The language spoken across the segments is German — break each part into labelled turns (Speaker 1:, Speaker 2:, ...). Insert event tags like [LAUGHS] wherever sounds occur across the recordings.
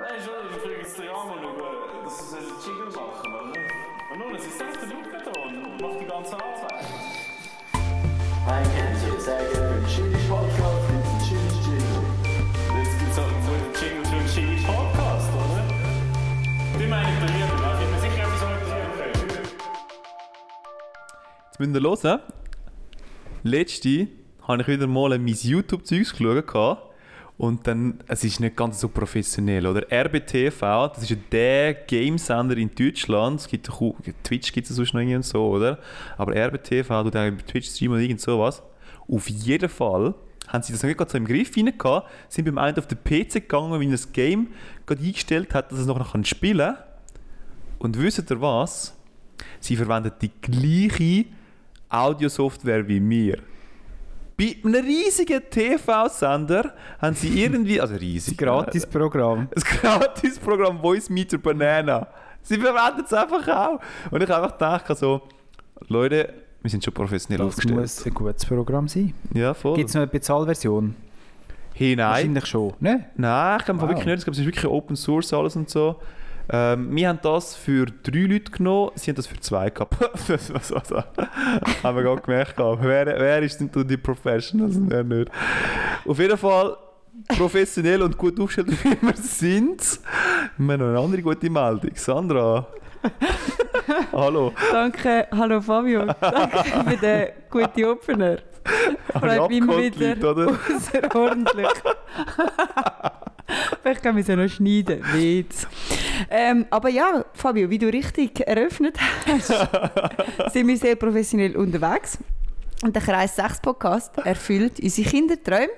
Speaker 1: Nein, schon, ich kriege jetzt den Rahmen über. Das ist ein Jingle machen, oder? Und nun, es ist selbst der Luftbeton und macht die ganze Arbeit.
Speaker 2: Ein Kännchen, sehr gerne für den Chili Podcast mit dem Chili Chili.
Speaker 1: Jetzt gibt es halt so einen Jingle für einen Jingle Podcast, oder? Die meine ich bei mir, da bin mir sicher, etwas anderes okay.
Speaker 3: Jetzt müsst ihr hören. Letzte habe ich wieder mal mein YouTube-Zeugs geschaut. gehabt. Und dann, es ist nicht ganz so professionell, oder? RBTV, das ist ja der Gamesender in Deutschland. Es gibt, kaum- Twitch gibt es sonst noch irgendwie und so, oder? Aber RBTV, du denkst über Twitch streamen oder irgend sowas. Auf jeden Fall haben sie das noch nicht gerade so im Griff rein gehabt, sind beim einen auf den PC gegangen, weil ihnen das Game gerade eingestellt hat, dass es noch spielen kann. Und wisst ihr was? Sie verwenden die gleiche Audiosoftware wie wir. Bei einem riesigen TV-Sender haben sie irgendwie, also riesig,
Speaker 4: [LAUGHS] Gratis Programm.
Speaker 3: ein Gratis-Programm Voice Meter Banana. Sie verwenden es einfach auch. Und ich habe einfach gedacht, so, Leute, wir sind schon professionell
Speaker 4: Das
Speaker 3: aufgestellt.
Speaker 4: muss ein gutes Programm sein.
Speaker 3: Ja, voll.
Speaker 4: Gibt es noch eine Bezahlversion?
Speaker 3: hey, nein.
Speaker 4: Wahrscheinlich schon. Ne?
Speaker 3: Nein, ich glaube
Speaker 4: Wow.
Speaker 3: wirklich nicht. Ich glaube, es ist wirklich Open Source alles und so. Ähm, wir haben das für drei Leute genommen, sie haben das für zwei gehabt. [LAUGHS] das was, was, was. haben wir gerade gemerkt. gehabt. Wer, wer ist denn die Professionals und wer nicht? Auf jeden Fall professionell und gut aufgestellt, wie wir sind. Wir haben noch eine andere gute Meldung.
Speaker 4: [LAUGHS]
Speaker 3: Sandra. Hallo.
Speaker 5: Danke, hallo Fabio. Danke für den guten Opener.
Speaker 3: Habe
Speaker 5: Freut
Speaker 3: ich
Speaker 5: mich immer
Speaker 3: abgeholt,
Speaker 5: wieder
Speaker 3: Leute, oder?
Speaker 5: außerordentlich. Vielleicht können wir es ja noch schneiden. Witz. Ähm, aber ja, Fabio, wie du richtig eröffnet hast, sind wir sehr professionell unterwegs. Und der Kreis 6 Podcast erfüllt unsere Kinderträume.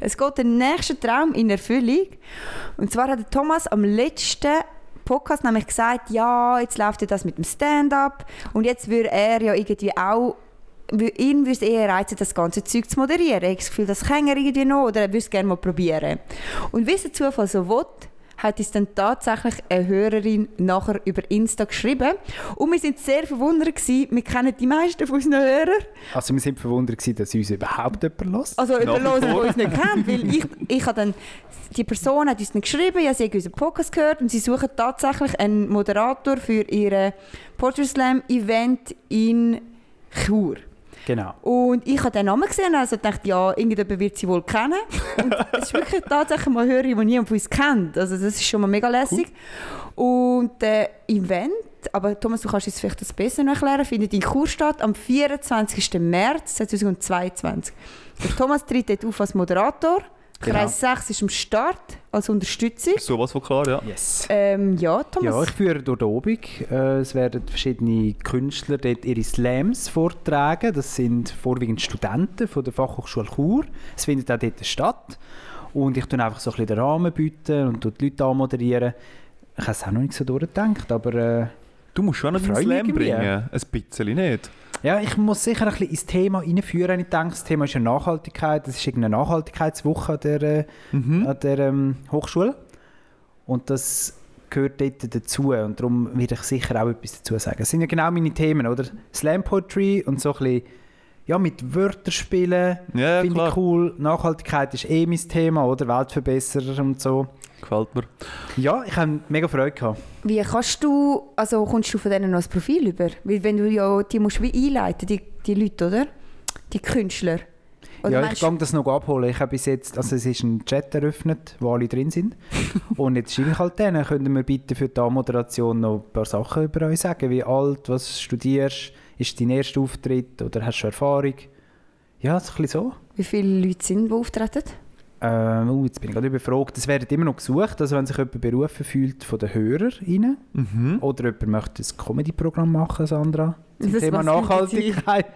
Speaker 5: Es geht der nächste Traum in Erfüllung. Und zwar hat der Thomas am letzten Podcast nämlich gesagt, ja, jetzt läuft ja das mit dem Stand-up und jetzt würde er ja irgendwie auch wür- ihn würde es eher reizen, das ganze Zeug zu moderieren. Er hat das Gefühl, das kann er irgendwie noch oder er würde es gerne mal probieren. Und wie es der Zufall so will, hat uns dann tatsächlich eine Hörerin nachher über Insta geschrieben. Und wir sind sehr verwundert gewesen, wir kennen die meisten von unseren Hörern.
Speaker 4: Also wir sind verwundert, gewesen, dass uns überhaupt jemand lässt.
Speaker 5: Also
Speaker 3: Nach wie
Speaker 5: über Loser,
Speaker 3: vor.
Speaker 5: die uns nicht kennt, weil ich, ich habe dann, die Person hat uns dann geschrieben, ja, sie hat unseren Podcast gehört und sie suchen tatsächlich einen Moderator für ihr Poetry Slam Event in Chur.
Speaker 4: Genau.
Speaker 5: Und ich habe den Namen gesehen, also dachte ja, irgendjemand wird sie wohl kennen. Und
Speaker 4: [LAUGHS]
Speaker 5: es ist wirklich tatsächlich mal höre, die niemand von uns kennt. Also das ist schon mal mega lässig. Und der Event, aber Thomas, du kannst uns vielleicht das besser noch erklären, findet in Chur statt am 24. März 2022. Der Thomas tritt dort auf als Moderator.
Speaker 4: Genau.
Speaker 5: Kreis 6 ist am Start als Unterstützung.
Speaker 3: Sowas von klar, ja.
Speaker 4: Yes.
Speaker 5: Ähm, ja,
Speaker 4: Ja,
Speaker 5: Thomas.
Speaker 4: ich führe durch die Obig. Äh, Es werden verschiedene Künstler dort ihre Slams vortragen. Das sind vorwiegend Studenten von der Fachhochschule Chur. Es findet auch dort statt. Und ich tue einfach so ein bisschen den Rahmen bieten und tue die Leute anmoderieren. Ich habe es auch noch nicht so durchgedacht, aber äh,
Speaker 3: Du musst schon noch deinen
Speaker 4: Freu mich
Speaker 3: Slam
Speaker 4: irgendwie.
Speaker 3: bringen. Ein bisschen nicht.
Speaker 4: ja, ich muss sicher ein bisschen ins Thema einführen. Ich denke, das Thema ist ja Nachhaltigkeit. Es ist irgendeine Nachhaltigkeitswoche an der, äh,
Speaker 3: Mhm.
Speaker 4: an der ähm, Hochschule. Und das gehört dort dazu. Und darum werde ich sicher auch etwas dazu sagen. Das sind ja genau meine Themen, oder? Slam Poetry und so ein bisschen ja, mit Wörtern spielen.
Speaker 3: Ja,
Speaker 4: Finde
Speaker 3: klar.
Speaker 4: ich cool. Nachhaltigkeit ist eh mein Thema, oder? Weltverbesserer und so.
Speaker 3: Gefällt mir.
Speaker 4: Ja, ich habe mega Freude gehabt.
Speaker 5: Wie kannst du, also kommst du von denen noch ein Profil über? Weil wenn du ja, die musst du wie einleiten, die, die Leute, oder? Die Künstler. Oder
Speaker 4: ja, ich
Speaker 5: meinst
Speaker 4: gehe das noch abholen. Ich habe bis jetzt, also es ist ein Chat eröffnet, wo alle drin
Speaker 5: [LAUGHS]
Speaker 4: sind. und jetzt schreibe ich halt denen, können wir bitte für die Moderation noch ein paar Sachen über euch sagen? Wie alt, was studierst, ist dein erster Auftritt oder hast du schon Erfahrung? Ja, so ein bisschen so.
Speaker 5: wie viele Leute sind, die auftreten?
Speaker 4: Ähm, uh, jetzt bin ich gerade überfragt. Es werden immer noch gesucht, also wenn sich jemand berufen fühlt von den HörerInnen
Speaker 3: Mhm.
Speaker 4: oder jemand möchte ein Comedy-Programm machen, Sandra, zum
Speaker 5: Das
Speaker 4: Thema
Speaker 5: was könnte
Speaker 4: Nachhaltigkeit,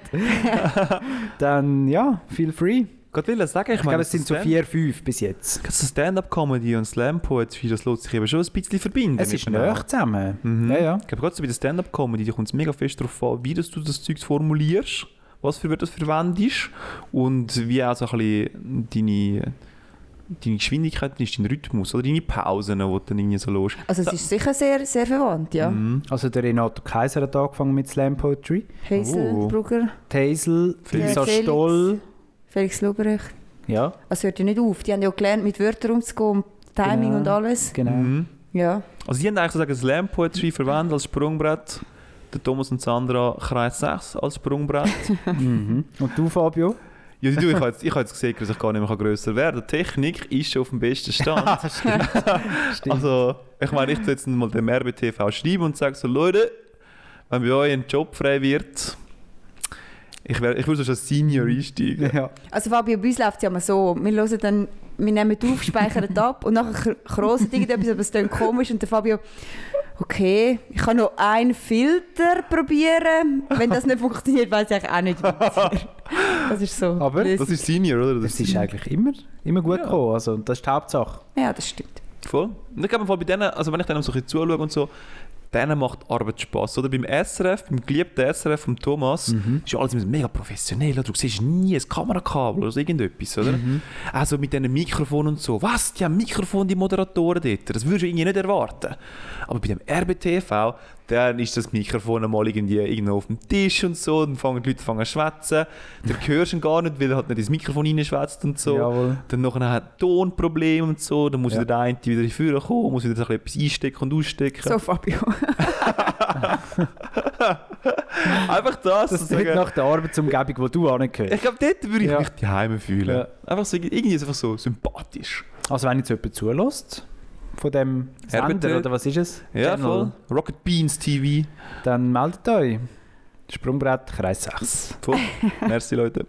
Speaker 5: [LAUGHS]
Speaker 4: dann ja, feel free.
Speaker 3: Gerade will ich sagen, ich,
Speaker 4: Ich glaube, es sind so vier, fünf bis jetzt.
Speaker 3: Also Stand-up-Comedy und Slam-Poetry, das lässt sich eben schon ein bisschen verbinden.
Speaker 4: Es ist
Speaker 3: miteinander.
Speaker 4: nah zusammen.
Speaker 3: Mhm.
Speaker 4: Ja, ja.
Speaker 3: Ich glaube, gerade so bei der Stand-up-Comedy, da kommt es mega fest darauf an, wie das du das Zeug formulierst, was für Wörter du verwendest und wie auch so ein bisschen deine, deine Geschwindigkeit ist, dein Rhythmus oder deine Pausen, die du dann irgendwie so lässt.
Speaker 5: Also es ist sicher sehr, sehr verwandt, ja.
Speaker 3: Mhm.
Speaker 4: Also der Renato Kaiser hat angefangen mit Slam Poetry.
Speaker 5: Hazel,
Speaker 3: Oh.
Speaker 5: Brugger,
Speaker 4: Hazel,
Speaker 3: Felix.
Speaker 4: Lisa
Speaker 5: Ja, Felix.
Speaker 4: Stoll.
Speaker 5: Felix Also Lubrecht.
Speaker 4: Ja.
Speaker 5: Es hört ja nicht auf. Die haben ja gelernt, mit Wörtern umzugehen und Timing
Speaker 4: Genau.
Speaker 5: und alles.
Speaker 4: Genau.
Speaker 3: Mhm.
Speaker 5: Ja.
Speaker 3: Also die haben eigentlich sozusagen Slam Poetry verwendet als Sprungbrett. Der Thomas und Sandra Kreis 6 als Sprungbrett.
Speaker 4: Mhm. Und
Speaker 3: [LAUGHS]
Speaker 4: du, Fabio?
Speaker 3: ja, du, ich habe jetzt, ich habe jetzt gesehen, dass ich gar nicht mehr grösser werden kann. Technik ist schon auf dem besten
Speaker 4: [LAUGHS]
Speaker 3: Stand.
Speaker 4: Stimmt.
Speaker 3: Also, ich meine, ich tu jetzt mal dem RBTV schreiben und sage so, Leute, wenn bei euch ein Job frei wird, ich, wär, ich würde schon als Senior einsteigen.
Speaker 4: ja.
Speaker 5: Also Fabio, bei uns läuft es ja mal so. Wir hören dann, wir nehmen auf, speichern es ab und nachher krosset irgendetwas, aber es klingt komisch und der Fabio, okay, ich kann noch einen Filter probieren. Wenn das nicht funktioniert, weiß ich auch nicht. weiter. Das ist so.
Speaker 4: Aber
Speaker 5: Das-
Speaker 3: Das ist Senior, oder?
Speaker 4: Das ist eigentlich immer, immer gut
Speaker 3: Ja.
Speaker 4: gekommen. Also, das ist die Hauptsache.
Speaker 5: ja, das stimmt.
Speaker 3: Voll. Und ich glaube, im Fall bei denen, also wenn ich denen so ein bisschen zuschaue und so, denen macht Arbeit Spass. Oder beim SRF, beim geliebten SRF von Thomas, ist ja alles immer so mega professionell. oder? Du siehst nie ein Kamerakabel oder so irgendetwas, oder? Also mit diesen Mikrofonen und so. Was? Die haben Mikrofon, die Moderatoren dort. Das würdest du irgendwie nicht erwarten. Aber bei dem RBTV, dann ist das Mikrofon einmal irgendwie irgendwo auf dem Tisch und so. Dann fangen die Leute fangen an zu schwätzen. Dann hörst du ihn gar nicht, weil er halt nicht ins Mikrofon reinschwätzt und so.
Speaker 4: Jawohl.
Speaker 3: Dann noch ein Tonproblem und so, dann muss
Speaker 4: Ja.
Speaker 3: wieder der eine wieder in die Führung kommen, muss wieder so ein bisschen etwas einstecken und ausstecken.
Speaker 5: So, Fabio.
Speaker 3: Einfach das.
Speaker 4: Das
Speaker 3: zu
Speaker 4: ist
Speaker 3: sagen,
Speaker 4: Also, nach der Arbeitsumgebung, die du auch nicht
Speaker 3: ich
Speaker 4: gehörst.
Speaker 3: glaube, dort würde ich
Speaker 4: Ja.
Speaker 3: mich daheim fühlen.
Speaker 4: Ja.
Speaker 3: Einfach so, irgendwie ist es einfach so sympathisch.
Speaker 4: Also, wenn jetzt jemand zulässt von dem
Speaker 3: Herbert
Speaker 4: Sender,
Speaker 3: Ö.
Speaker 4: oder was ist es?
Speaker 3: Ja,
Speaker 4: Channel,
Speaker 3: voll. Rocket Beans TV.
Speaker 4: Dann meldet euch. Sprungbrett Kreis 6.
Speaker 3: Voll. Merci, Leute.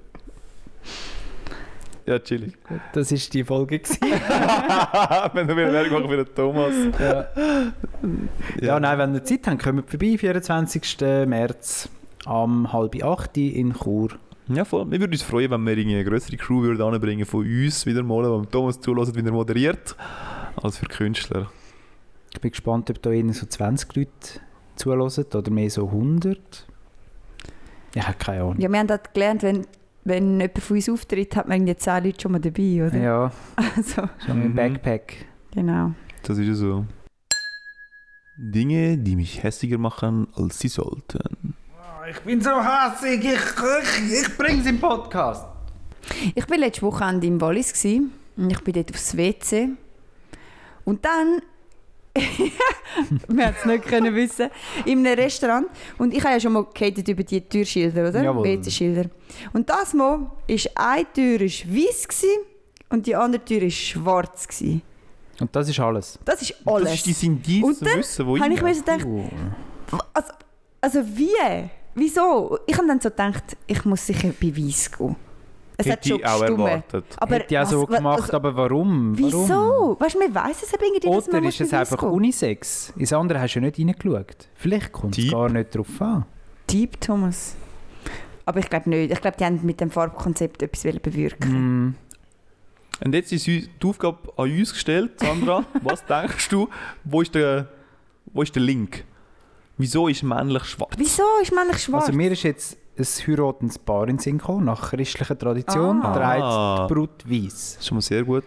Speaker 3: Ja, chillig.
Speaker 4: Das war die Folge. gewesen.
Speaker 3: Wenn du wieder Werbung machen für den Thomas.
Speaker 4: ja. Ja, nein, wenn ihr Zeit habt, kommt vorbei, 24. März am halb acht in Chur.
Speaker 3: Ja, voll. Wir würden uns freuen, wenn wir irgendwie eine größere Crew würden anbringen von uns wieder mal, wenn Thomas zulässt, wie er moderiert, als für Künstler.
Speaker 4: Ich bin gespannt, ob da eher so 20 Leute zuhören oder mehr so 100. Ich habe keine Ahnung.
Speaker 5: Ja, wir haben halt gelernt, wenn, wenn jemand von uns auftritt, hat man irgendwie 10 Leute schon mal dabei, oder? [LAUGHS]
Speaker 4: Ja,
Speaker 5: Also,
Speaker 4: schon mit dem
Speaker 3: Mhm.
Speaker 4: Backpack.
Speaker 5: genau.
Speaker 3: Das ist ja so. Dinge, die mich hässiger machen, als sie sollten.
Speaker 4: Ich bin so hassig, ich, ich, ich bring's im Podcast.
Speaker 5: Ich war letztes Wochenende im Wallis gewesen, und ich bin dort aufs WC. Und dann. [LAUGHS] wir haben es nicht können wissen. In einem Restaurant. Und ich habe ja schon mal gehatet über die Türschilder, oder?
Speaker 4: Jawohl.
Speaker 5: WC-Schilder. Und das Mal ist eine Tür ist weiß gewesen, und die andere Tür war schwarz. Gewesen.
Speaker 4: Und das ist alles.
Speaker 5: Das ist
Speaker 3: Das
Speaker 5: alles.
Speaker 3: ist dein Indiz,
Speaker 5: Und
Speaker 3: zu
Speaker 5: dann
Speaker 3: wissen, wo
Speaker 5: habe ich
Speaker 3: ich
Speaker 5: mir so gedacht,
Speaker 4: Oh.
Speaker 5: also, also wie? Wieso? Ich habe dann so gedacht, ich muss sicher bei Weiss gehen. Es hat schon
Speaker 3: Hätte ich auch
Speaker 5: gestummen.
Speaker 3: erwartet.
Speaker 5: Aber
Speaker 4: Hätte ich auch so
Speaker 5: was- was-
Speaker 4: gemacht,
Speaker 5: also-
Speaker 4: aber warum? Warum?
Speaker 5: Wieso? Weißt du, man weiss es eben irgendwie, dass
Speaker 4: Oder
Speaker 5: man
Speaker 4: ist
Speaker 5: muss
Speaker 4: es einfach
Speaker 5: rausgehen.
Speaker 4: Unisex? Ins andere hast du ja nicht reingeschaut. Vielleicht kommt es
Speaker 3: Deep.
Speaker 4: gar nicht drauf an.
Speaker 5: Deep, Thomas. Aber ich glaube nicht. Ich glaube, die haben mit dem Farbkonzept etwas wollen bewirken.
Speaker 4: Mm.
Speaker 3: Und jetzt ist uns- die Aufgabe an uns gestellt,
Speaker 5: [LAUGHS]
Speaker 3: Sandra. was denkst du, wo ist der, wo ist der Link? Wieso ist männlich schwarz?
Speaker 5: Wieso ist männlich schwarz?
Speaker 4: Also mir ist jetzt ein heiratendes Paar in den Sinn gekommen, nach christlicher Tradition,
Speaker 5: Ah.
Speaker 3: Ah.
Speaker 4: trägt die Brut weiss.
Speaker 3: Das ist schon mal sehr gut.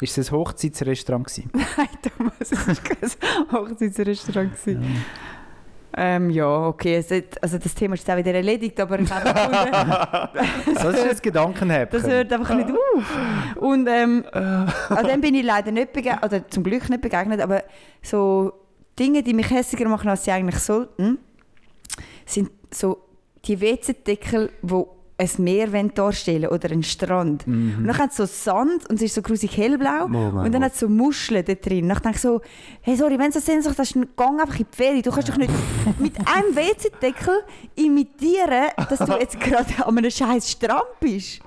Speaker 4: Ist es ein Hochzeitsrestaurant
Speaker 5: [LAUGHS]
Speaker 4: gewesen?
Speaker 5: [LAUGHS] Nein, Thomas, es war kein Hochzeitsrestaurant. Ja. Ähm, ja, okay. Es hat, also das Thema ist jetzt auch wieder erledigt, aber
Speaker 4: [LAUGHS]
Speaker 5: ich habe gefunden,
Speaker 4: Das ist ein Gedankenhäppchen.
Speaker 5: das hört einfach nicht auf. Und ähm, an dem bin ich leider nicht begegnet, oder zum Glück nicht begegnet, aber so Dinge, die mich hässiger machen, als sie eigentlich sollten, sind so die WC-Deckel, die ein Meer wollen darstellen oder einen Strand. Und dann hat es so Sand und es ist so grusig hellblau
Speaker 4: Oh
Speaker 3: mein
Speaker 5: und dann
Speaker 3: Gott.
Speaker 5: hat es so Muscheln da drin. Und ich denke so, hey sorry, wenn es so Sehnsucht hast, dann gang einfach in die Ferien. Du kannst doch nicht mit einem WC-Deckel imitieren, dass du jetzt gerade an einem scheiß Strand bist.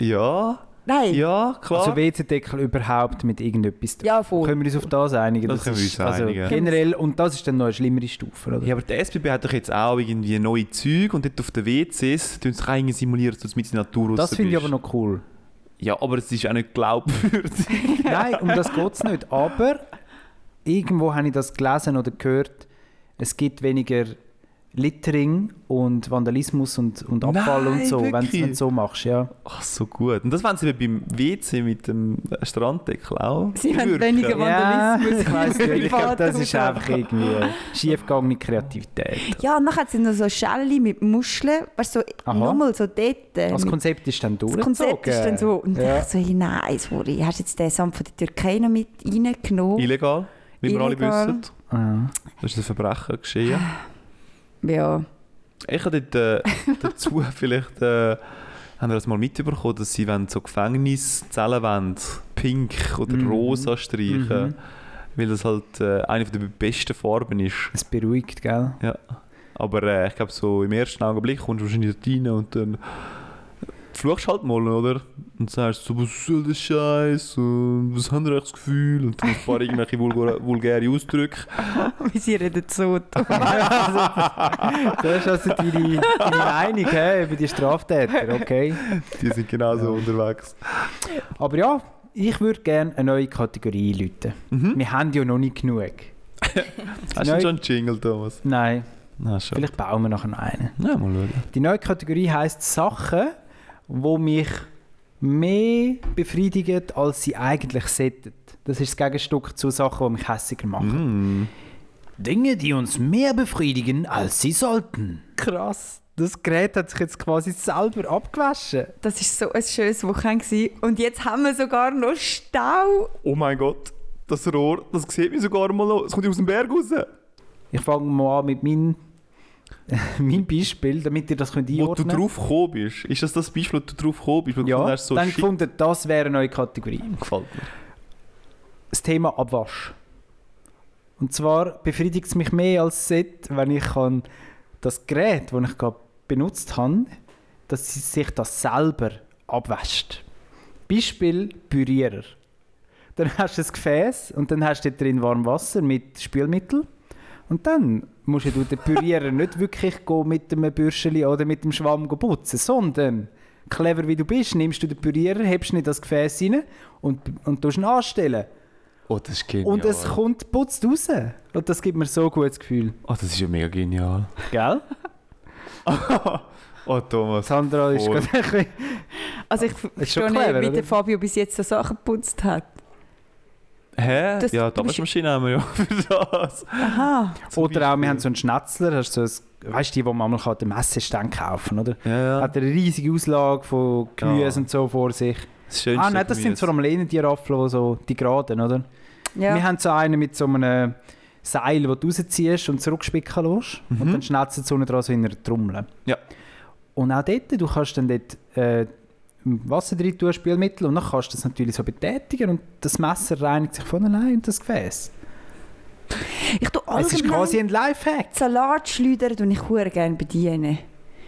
Speaker 3: Ja,
Speaker 5: Nein.
Speaker 3: ja, klar.
Speaker 4: Also WC-Deckel überhaupt mit irgendetwas drauf.
Speaker 5: Ja, voll.
Speaker 4: Können wir uns auf das einigen?
Speaker 3: Das können wir uns
Speaker 4: ist, also
Speaker 3: einigen.
Speaker 4: Generell, und das ist dann noch eine schlimmere Stufe, oder?
Speaker 3: ja, aber der SBB hat doch jetzt auch irgendwie neue Züge und dort auf den WCs tun sie rein simulieren, dass du mit der Natur raus
Speaker 4: das finde ich
Speaker 3: bist.
Speaker 4: aber noch cool.
Speaker 5: [LAUGHS]
Speaker 3: Ja, aber es ist auch nicht glaubwürdig.
Speaker 4: Nein, um das geht es nicht. Aber irgendwo habe ich das gelesen oder gehört, es gibt weniger Littering und Vandalismus und, und Abfall
Speaker 3: Nein,
Speaker 4: und so, wenn
Speaker 3: wirklich?
Speaker 4: du es so machst. Ja.
Speaker 3: Ach, so gut. Und das wollen sie beim WC mit dem Stranddeckel auch.
Speaker 5: [LAUGHS] Sie haben
Speaker 3: bewirken.
Speaker 5: weniger Vandalismus.
Speaker 4: Ja, [LAUGHS] ich weiss nicht.
Speaker 5: [LAUGHS]
Speaker 4: Ich glaube, das ist
Speaker 5: Privat-
Speaker 4: einfach irgendwie schiefgegangene Kreativität.
Speaker 5: Ja, und nachher sind noch so Schälli mit Muscheln, weißt du, so,
Speaker 4: Aha.
Speaker 5: nochmal so dort. äh,
Speaker 4: Also, Das
Speaker 5: mit-
Speaker 4: Konzept ist dann
Speaker 5: das
Speaker 4: durchgezogen.
Speaker 5: Konzept ist dann so. Und
Speaker 4: Ja.
Speaker 5: ich so, hey, nein, sorry, hast jetzt den Samt von der Türkei noch mit reingenommen?
Speaker 3: Illegal, wie wir
Speaker 5: Illegal.
Speaker 3: alle wissen.
Speaker 4: Ja.
Speaker 3: Das ist ein Verbrechen geschehen.
Speaker 5: ja.
Speaker 3: Ich habe dort äh, dazu vielleicht, äh, haben wir das mal mitbekommen, dass sie wollen so Gefängniszellen wollen, pink oder
Speaker 4: Mhm.
Speaker 3: rosa streichen, weil das halt äh, eine der besten Farben ist.
Speaker 4: Es beruhigt,
Speaker 5: [LAUGHS]
Speaker 4: gell?
Speaker 3: Aber äh, ich glaube, so im ersten Augenblick kommst du wahrscheinlich dort rein und dann fluchst halt mal, oder? Und sagst so, was soll der Scheiß? Und Was haben wir echt das Gefühl? Und dann ein paar irgendwelche vulgar, vulgäre Ausdrücke.
Speaker 5: [LAUGHS] Wie sie reden so.
Speaker 4: das ist also deine, deine Meinung hä, über die Straftäter, okay?
Speaker 3: Die sind genauso unterwegs.
Speaker 4: Aber ja, ich würde gerne eine neue Kategorie läuten. Wir haben ja noch nicht genug.
Speaker 3: Hast du
Speaker 4: Nein.
Speaker 3: schon einen Jingle, Thomas?
Speaker 4: Nein,
Speaker 3: Na, schon.
Speaker 4: vielleicht bauen wir nachher noch einen.
Speaker 3: Ja, mal schauen.
Speaker 4: Die neue Kategorie heißt Sachen, wo mich mehr befriedigen, als sie eigentlich sollten. Das ist das Gegenstück zu Sachen, die mich hässiger machen.
Speaker 3: Mm.
Speaker 4: Dinge, die uns mehr befriedigen, als sie sollten. Krass. Das Gerät hat sich jetzt quasi selber abgewaschen.
Speaker 5: Das war so ein schönes Wochenende. gewesen. Und jetzt haben wir sogar noch Stau.
Speaker 3: Oh mein Gott, das Rohr, das sieht mich sogar mal noch. Es kommt aus dem Berg raus.
Speaker 4: Ich fange mal an mit meinem [LAUGHS] mein Beispiel, damit ihr das könnt
Speaker 3: Wo du
Speaker 4: einordnen
Speaker 3: drauf gekommen bist. Ist das das Beispiel, wo du drauf gekommen bist? Wo du
Speaker 4: ja,
Speaker 3: gefunden hast, so
Speaker 4: dann
Speaker 3: shit,
Speaker 4: gefunden, das wäre eine neue Kategorie.
Speaker 3: gefällt mir.
Speaker 4: das Thema Abwasch. Und zwar befriedigt es mich mehr als Set, wenn ich kann das Gerät, das ich gerade benutzt habe, dass sie sich das selber abwäscht. Beispiel Pürierer. Dann hast du ein Gefäß und dann hast du dort drin warmes Wasser mit Spülmittel. Und dann musst du den Pürierer nicht wirklich go mit dem Bürscheli oder mit dem Schwamm go putzen, sondern clever wie du bist, nimmst du den Pürierer, hebst ihn in das Gefäß rein und, und tust ihn anstellen.
Speaker 3: Oh, das ist genial.
Speaker 4: Und es kommt putzt raus. Und das gibt mir so ein gutes Gefühl.
Speaker 3: oh, das ist ja mega genial.
Speaker 4: Gell?
Speaker 3: Oh, Thomas.
Speaker 4: Sandra ist
Speaker 3: Voll.
Speaker 4: gerade [LAUGHS] ein bisschen...
Speaker 5: Also ich
Speaker 4: Ist schon
Speaker 5: verstehe nicht,
Speaker 4: clever,
Speaker 5: wie
Speaker 4: oder?
Speaker 5: der Fabio bis jetzt so Sachen geputzt hat.
Speaker 3: Hä?
Speaker 5: Das-
Speaker 3: ja, die
Speaker 5: du bist-
Speaker 3: Abwaschmaschine haben wir ja für das.
Speaker 4: Ah.
Speaker 5: Aha.
Speaker 3: Zum
Speaker 4: Oder auch, wir
Speaker 3: Beispiel.
Speaker 4: haben so einen Schnetzler, hast du so ein, weißt du, die, die man mal an den Messestand kaufen kann, oder?
Speaker 3: Ja, ja.
Speaker 4: Hat eine riesige Auslage von Gemüse
Speaker 3: Ja.
Speaker 4: und so vor sich.
Speaker 3: Das schönste
Speaker 4: ah nein, das sind
Speaker 3: Gemüse.
Speaker 4: so am Lehnen die Raffeln, die so, die geraden, oder? Wir
Speaker 5: Ja.
Speaker 4: haben so einen mit so einem Seil, das du rausziehst und zurückspicken lässt. Und dann schnetzen sie unten dran so in einer Trommel.
Speaker 3: Ja.
Speaker 4: Und auch dort, du kannst dann dort äh, Wasser drin tun, Spielmittel, und dann kannst du das natürlich so betätigen und das Messer reinigt sich von allein und das Gefäß.
Speaker 5: Ich tue
Speaker 4: es ist
Speaker 5: allgemein
Speaker 4: quasi ein Lifehack.
Speaker 5: Salatschleuder und ich hure gerne bedienen.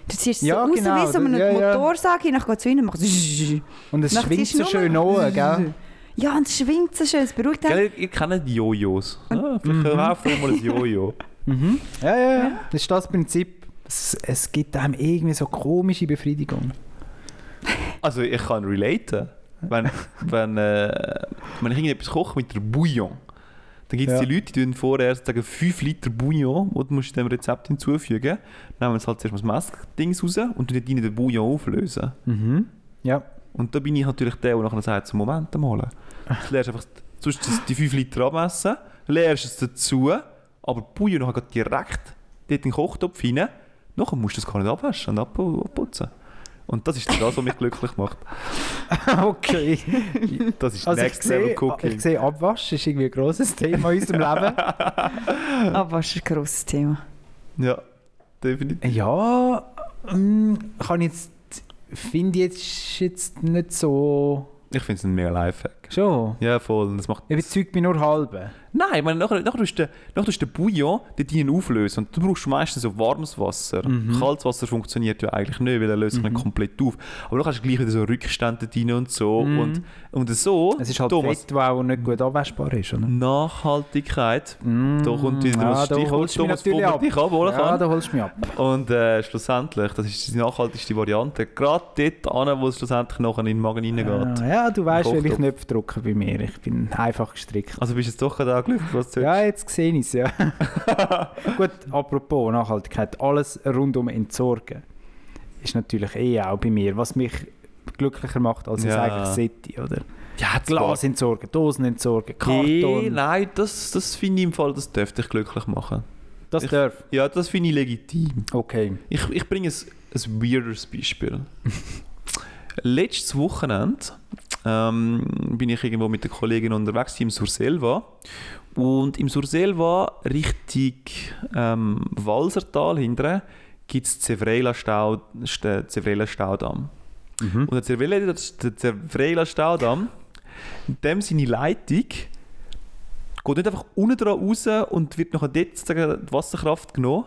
Speaker 5: Du ziehst es
Speaker 4: Ja,
Speaker 5: so raus
Speaker 4: genau,
Speaker 5: wie so einen
Speaker 4: ja, ja.
Speaker 5: Motorsäge, dann geht es rein und macht so-
Speaker 4: Und es
Speaker 5: Nach
Speaker 4: schwingt
Speaker 5: dieser
Speaker 4: so schön
Speaker 5: Nummer.
Speaker 4: an, gell?
Speaker 5: Ja, und es schwingt so schön, es beruhigt einen.
Speaker 3: Gell, ihr kennt Jojos. Ja, vielleicht kauft ihr mal ein Jojo.
Speaker 4: Mhm. Ja, ja, ja. Das ist das Prinzip. Es, es gibt einem irgendwie so komische Befriedigung.
Speaker 3: Also ich kann relaten. Wenn, wenn, äh, wenn ich irgendetwas koche mit der Bouillon, dann gibt es
Speaker 4: Ja.
Speaker 3: die Leute, die tun vorher sagen 5 Liter Bouillon, die du musst dem Rezept hinzufügen. Dann nehmen sie halt zuerst mal das Messdings raus und tun dort rein den Bouillon auflösen.
Speaker 4: Mhm. Ja. [LAUGHS]
Speaker 3: Und da bin ich natürlich der, der nachher sagt, zum Moment mal. Du lernst einfach sonst das- die 5 Liter abmessen, leerst es dazu, aber die Bouillon nachher geht direkt dort in den Kochtopf rein. Nachher musst du das gar nicht abwaschen und ab- abputzen. Und das ist dann das, was mich glücklich macht.
Speaker 4: Okay.
Speaker 3: Das ist
Speaker 4: Also ich
Speaker 3: Next Level
Speaker 4: sehe,
Speaker 3: Cooking.
Speaker 4: ich sehe, Abwasch ist irgendwie ein grosses Thema in
Speaker 3: [LAUGHS]
Speaker 4: unserem Leben.
Speaker 5: Aber das ist ein grosses Thema.
Speaker 3: ja, definitiv.
Speaker 4: Ja, ähm, kann jetzt, finde ich jetzt, jetzt nicht so...
Speaker 3: Ich finde es ein mega Lifehack.
Speaker 4: Schon.
Speaker 3: Ja, voll. Das macht
Speaker 4: Überzeugt mich nur halb.
Speaker 3: Nein, ich meine, nachher, nachher tust du den- nachher tust du den Bouillon dort hinein auflösen. Und du brauchst meistens so warmes Wasser.
Speaker 4: Mhm.
Speaker 3: Kaltes Wasser funktioniert ja eigentlich nicht, weil er löst sich nicht komplett auf. Aber dann hast du gleich wieder so Rückstände drin und so. Und, und so,
Speaker 4: Mhm. Es ist halt
Speaker 3: Thomas,
Speaker 4: Fett, das auch nicht gut abwaschbar ist, oder?
Speaker 3: Nachhaltigkeit, da kommt wieder
Speaker 4: Ah,
Speaker 3: das
Speaker 4: da
Speaker 3: Stichwort,
Speaker 4: holst du mich
Speaker 3: Thomas, wo
Speaker 4: natürlich
Speaker 3: man
Speaker 4: ab.
Speaker 3: dich abholen
Speaker 4: Ja,
Speaker 3: kann.
Speaker 4: da holst du mich ab.
Speaker 3: Und äh, schlussendlich, das ist die nachhaltigste Variante, gerade dort an, wo es schlussendlich nachher in den Magen reingeht.
Speaker 4: Ja, ja, du weißt,
Speaker 3: Kochtopf.
Speaker 4: welche Knöpfe drücken bei mir. Ich bin einfach gestrickt.
Speaker 3: Also bist du jetzt doch gerade auch angelüftet, was du
Speaker 4: Ja, jetzt sehe ich es, ja. Gut, apropos Nachhaltigkeit, alles rundum entsorgen ist natürlich eh auch bei mir, was mich glücklicher macht, als es
Speaker 3: Ja.
Speaker 4: eigentlich sollte, oder?
Speaker 3: Ja,
Speaker 4: Glas entsorgen, Dosen entsorgen, Karton,
Speaker 3: Hey, nein, das, das finde ich im Fall, das dürfte dich glücklich machen.
Speaker 4: das
Speaker 3: ich-
Speaker 4: darf.
Speaker 3: Ja, das finde ich legitim.
Speaker 4: Okay.
Speaker 3: Ich, ich bringe ein, ein weirdes Beispiel. [LAUGHS] Letztes Wochenende ähm, bin ich irgendwo mit der Kollegin unterwegs im Surselva. Und im Surselva, Richtung ähm, Walsertal hinten, gibt es Zevrela-Staudamm.
Speaker 4: Mhm.
Speaker 3: Und der Zervela- der Zervrela-Staudamm, dem seine Leitung geht nicht einfach unten dran raus und wird nachher dort sozusagen die Wasserkraft genommen.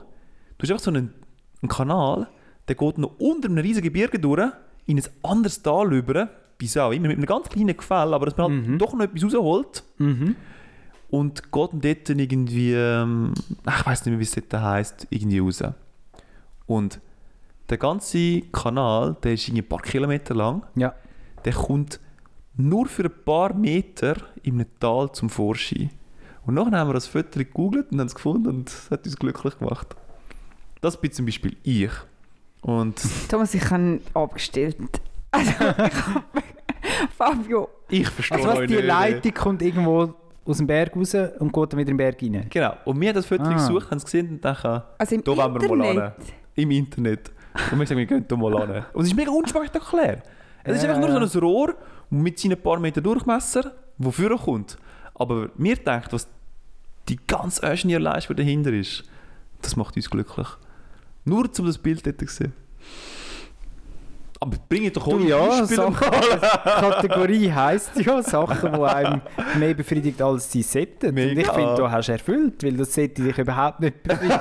Speaker 3: Du hast einfach so einen, einen Kanal, der geht noch unter einem riesigen Gebirge durch, in ein anderes Tal rüber, bis auch immer mit einem ganz kleinen Gefälle, aber dass man
Speaker 4: Mhm.
Speaker 3: halt doch noch etwas rausholt
Speaker 4: Mhm.
Speaker 3: und geht dann dort dann irgendwie, ähm, ach, ich weiß nicht mehr, wie es dort heisst, irgendwie raus. Und der ganze Kanal, der ist irgendwie ein paar Kilometer lang,
Speaker 4: Ja.
Speaker 3: der kommt nur für ein paar Meter in einem Tal zum Vorschein. Und nachher haben wir das Foto gegoogelt und haben es gefunden und es hat uns glücklich gemacht. Das bin zum Beispiel ich. Und [LAUGHS]
Speaker 5: Thomas, ich habe abgestellt. Also, [LAUGHS] ich hab- Fabio,
Speaker 3: ich verstehe
Speaker 4: Also was,
Speaker 3: euch
Speaker 4: die
Speaker 3: nicht.
Speaker 4: Leitung kommt irgendwo aus dem Berg raus und geht dann wieder im Berg rein.
Speaker 3: Genau. Und wir haben das Foto
Speaker 4: Ah.
Speaker 3: gesucht, haben es gesehen und dachten,
Speaker 5: also im
Speaker 3: da wollen wir mal
Speaker 5: Internet.
Speaker 3: hin. Im Internet. Und wir sagen, wir gehen da mal hin. Und es ist mega unspektakulär. Es ist
Speaker 4: Ja,
Speaker 3: einfach
Speaker 4: ja.
Speaker 3: nur so ein Rohr mit seinen paar Meter Durchmesser, wofür er kommt. Aber mir denkt, was die ganze Ingenieurleistung die dahinter ist, das macht uns glücklich. Nur um das Bild dort zu sehen. Aber bringe doch
Speaker 4: Du,
Speaker 3: eure
Speaker 4: ja,
Speaker 3: Beispiele
Speaker 4: Sachen-
Speaker 3: mal.
Speaker 4: [LAUGHS] Kategorie heisst ja Sachen, die einem mehr befriedigt als sie sollten. Und ich
Speaker 3: Mega.
Speaker 4: finde, du hast erfüllt, weil das sollte dich überhaupt nicht befriedigen.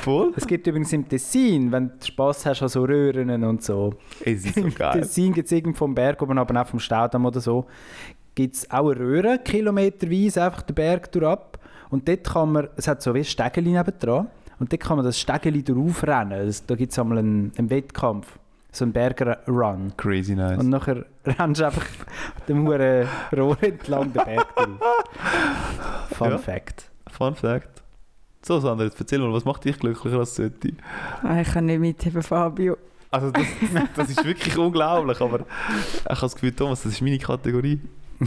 Speaker 3: Voll.
Speaker 4: Es gibt übrigens im Tessin, wenn du Spass hast an so Röhren und so.
Speaker 3: Es ist [LAUGHS] so
Speaker 4: Im
Speaker 3: geil.
Speaker 4: Tessin gibt es irgendwo vom Berg oben, aber auch vom Staudamm oder so, gibt es auch eine Röhre, kilometerweise einfach den Berg durch Und dort kann man, es hat so wie ein Stegeli nebendran, und dort kann man das Stegeli draufrennen. Also, da gibt es einmal einen, einen Wettkampf, so einen Bergrun.
Speaker 3: Crazy nice.
Speaker 4: Und nachher [LAUGHS] rennst du einfach dem huren Rohr entlang den Berg drauf. Fun
Speaker 3: Ja.
Speaker 4: Fact. [LAUGHS]
Speaker 3: Fun Fact. So, Sandra, jetzt erzähl mal, was macht dich glücklicher als sollte?
Speaker 5: Ah, ich kann nicht mitheben, Fabio.
Speaker 3: Also das, [LAUGHS] das ist wirklich unglaublich, aber ich habe das Gefühl, Thomas, das ist meine Kategorie.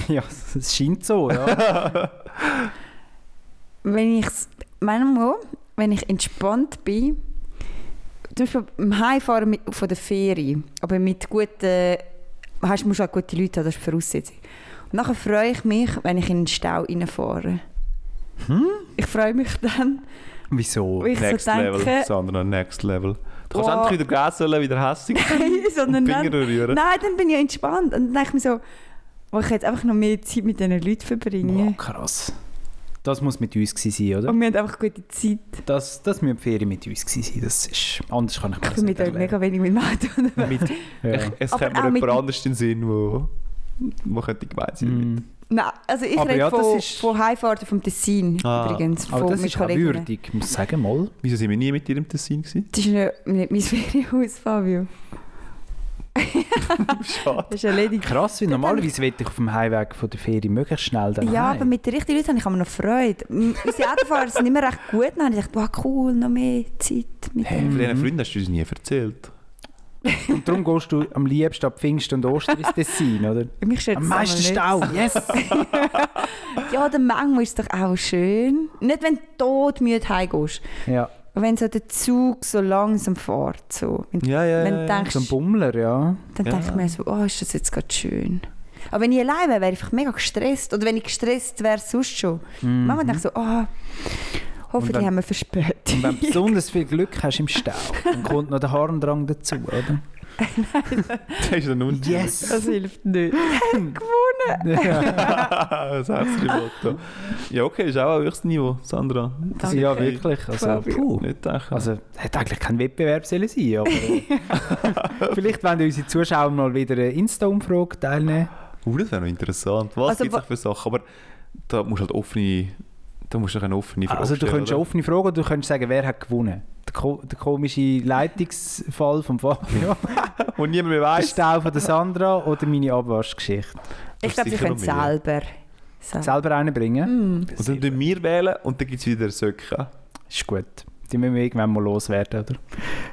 Speaker 4: Ja, es scheint
Speaker 3: [LAUGHS]
Speaker 4: so, ja.
Speaker 5: Wenn ich manchmal, wenn ich entspannt bin, zum Beispiel im Heimfahren mit, von der Ferie, aber mit guten, hast, musst auch gute Leute haben, das ist die Voraussetzung. Und nachher freue ich mich, wenn ich in den Stau reinfahre.
Speaker 4: Hm?
Speaker 5: Ich freue mich dann,
Speaker 4: Wieso?
Speaker 5: weil [LAUGHS] ich
Speaker 3: next
Speaker 5: so denke,
Speaker 3: Level, Sandra, next Level. Du kannst
Speaker 5: Wow.
Speaker 3: endlich wieder Gas holen, wieder
Speaker 5: [LAUGHS]
Speaker 3: hässig und
Speaker 5: sondern
Speaker 3: Finger
Speaker 5: dann,
Speaker 3: rühren.
Speaker 5: nein, dann bin ich entspannt. Und dann denke ich mir so, wo ich jetzt einfach noch mehr Zeit mit diesen Leuten verbringe.
Speaker 4: Boah, krass. Das muss mit uns gewesen sein, oder?
Speaker 5: Und wir haben einfach gute Zeit.
Speaker 4: Das, das müssen die Ferien mit uns gewesen sein. Das ist, anders kann ich mir
Speaker 5: Ich
Speaker 4: das
Speaker 5: bin mit
Speaker 4: nicht
Speaker 5: euch mega
Speaker 4: erklären.
Speaker 5: wenig mit dem Auto unterwegs.
Speaker 3: Mit,
Speaker 4: Ja.
Speaker 3: ich, es
Speaker 5: Aber
Speaker 3: kommt mir
Speaker 5: auch mit-
Speaker 3: jemand anderes in den Sinn, wo, wo könnte gemeint sein.
Speaker 4: Mm.
Speaker 5: Nein, also ich
Speaker 4: Aber
Speaker 5: rede
Speaker 4: ja, das
Speaker 5: von,
Speaker 4: ist-
Speaker 5: von Heimfahrten vom Tessin
Speaker 3: Ah.
Speaker 5: übrigens.
Speaker 4: Aber
Speaker 5: von
Speaker 4: das
Speaker 5: mit
Speaker 4: ist auch
Speaker 5: Kolleginnen.
Speaker 4: würdig, muss ich sagen, mal.
Speaker 3: Wieso sind wir nie mit dir im Tessin gewesen?
Speaker 5: Das ist nicht, nicht mein [LAUGHS] Ferienhaus, Fabio.
Speaker 3: Schade.
Speaker 5: Das ist erledigt.
Speaker 4: Krass, weil normalerweise will ich auf dem Heimweg von der Ferien möglichst schnell dann
Speaker 5: Ja,
Speaker 4: heim.
Speaker 5: aber mit den richtigen Leuten habe ich immer noch Freude. M- Unsere Autofahrer sind immer recht gut. Dann habe ich gedacht, wow, cool, noch mehr Zeit mit
Speaker 3: Hey,
Speaker 5: denen.
Speaker 3: von diesen
Speaker 4: Mhm.
Speaker 3: Freunden hast du uns nie
Speaker 5: [LAUGHS]
Speaker 3: erzählt.
Speaker 4: Und darum gehst du am liebsten ab Pfingsten und Ostern ins Tessin, oder?
Speaker 5: Mich stört
Speaker 4: Am
Speaker 5: das
Speaker 4: meisten
Speaker 5: einmal
Speaker 4: Stau, yes!
Speaker 5: nicht. [LAUGHS] Ja, der manchmal ist es doch auch schön. Nicht, wenn du todmüde heimgehst.
Speaker 4: ja,
Speaker 5: Aber wenn so der Zug so langsam fährt, so. Wenn,
Speaker 3: Ja, ja,
Speaker 5: wenn
Speaker 3: ja,
Speaker 5: du
Speaker 3: ja.
Speaker 5: denkst,
Speaker 4: so ein Bummler, ja.
Speaker 5: Dann
Speaker 3: Ja.
Speaker 5: denke ich mir so, oh, ist das jetzt gerade schön. Aber wenn ich allein wäre, wäre ich einfach mega gestresst. Oder wenn ich gestresst wäre, sonst schon.
Speaker 4: Mhm.
Speaker 5: Manchmal denke ich so, oh, hoffentlich
Speaker 4: wenn-
Speaker 5: haben wir verspätet. [LAUGHS]
Speaker 4: Und wenn du besonders viel Glück hast im Stau, dann kommt noch der Harndrang dazu, oder?
Speaker 3: Das ist ein Unschuld.
Speaker 5: das hilft nicht.
Speaker 4: [LAUGHS] ja,
Speaker 3: [LAUGHS] das herzliche Motto. Ja, okay, ist auch ein höchstes Niveau, Sandra.
Speaker 5: Das
Speaker 4: ja, wirklich. Also,
Speaker 5: Fabio.
Speaker 4: puh.
Speaker 3: Nicht denken.
Speaker 4: Also, hätte eigentlich kein Wettbewerb sollen sein aber äh, [LAUGHS] vielleicht wollen unsere Zuschauer mal wieder eine Insta-Umfrage teilnehmen.
Speaker 3: Uh, das wäre noch interessant. Was
Speaker 5: Also
Speaker 3: gibt es
Speaker 5: wa-
Speaker 3: für Sachen? Aber da musst du halt offene. Da musst du doch eine offene Frage
Speaker 4: Also, du
Speaker 3: stellen,
Speaker 4: könntest
Speaker 3: oder?
Speaker 4: offene Fragen oder du könntest sagen, wer hat gewonnen. Der, ko der komische Leitungsfall
Speaker 3: [LAUGHS]
Speaker 4: von Fabio,
Speaker 3: Wo niemand mehr
Speaker 4: der
Speaker 3: weiß.
Speaker 4: Stau von der Sandra oder meine Abwaschgeschichte.
Speaker 5: Ich glaube, sie
Speaker 3: sicher
Speaker 5: können
Speaker 3: noch mehr.
Speaker 5: selber. So.
Speaker 4: Selber reinbringen.
Speaker 5: Mm.
Speaker 3: Und dann wählen wir wählen und dann gibt es wieder Söcke.
Speaker 4: Ist gut. Die müssen wir irgendwann mal loswerden, oder?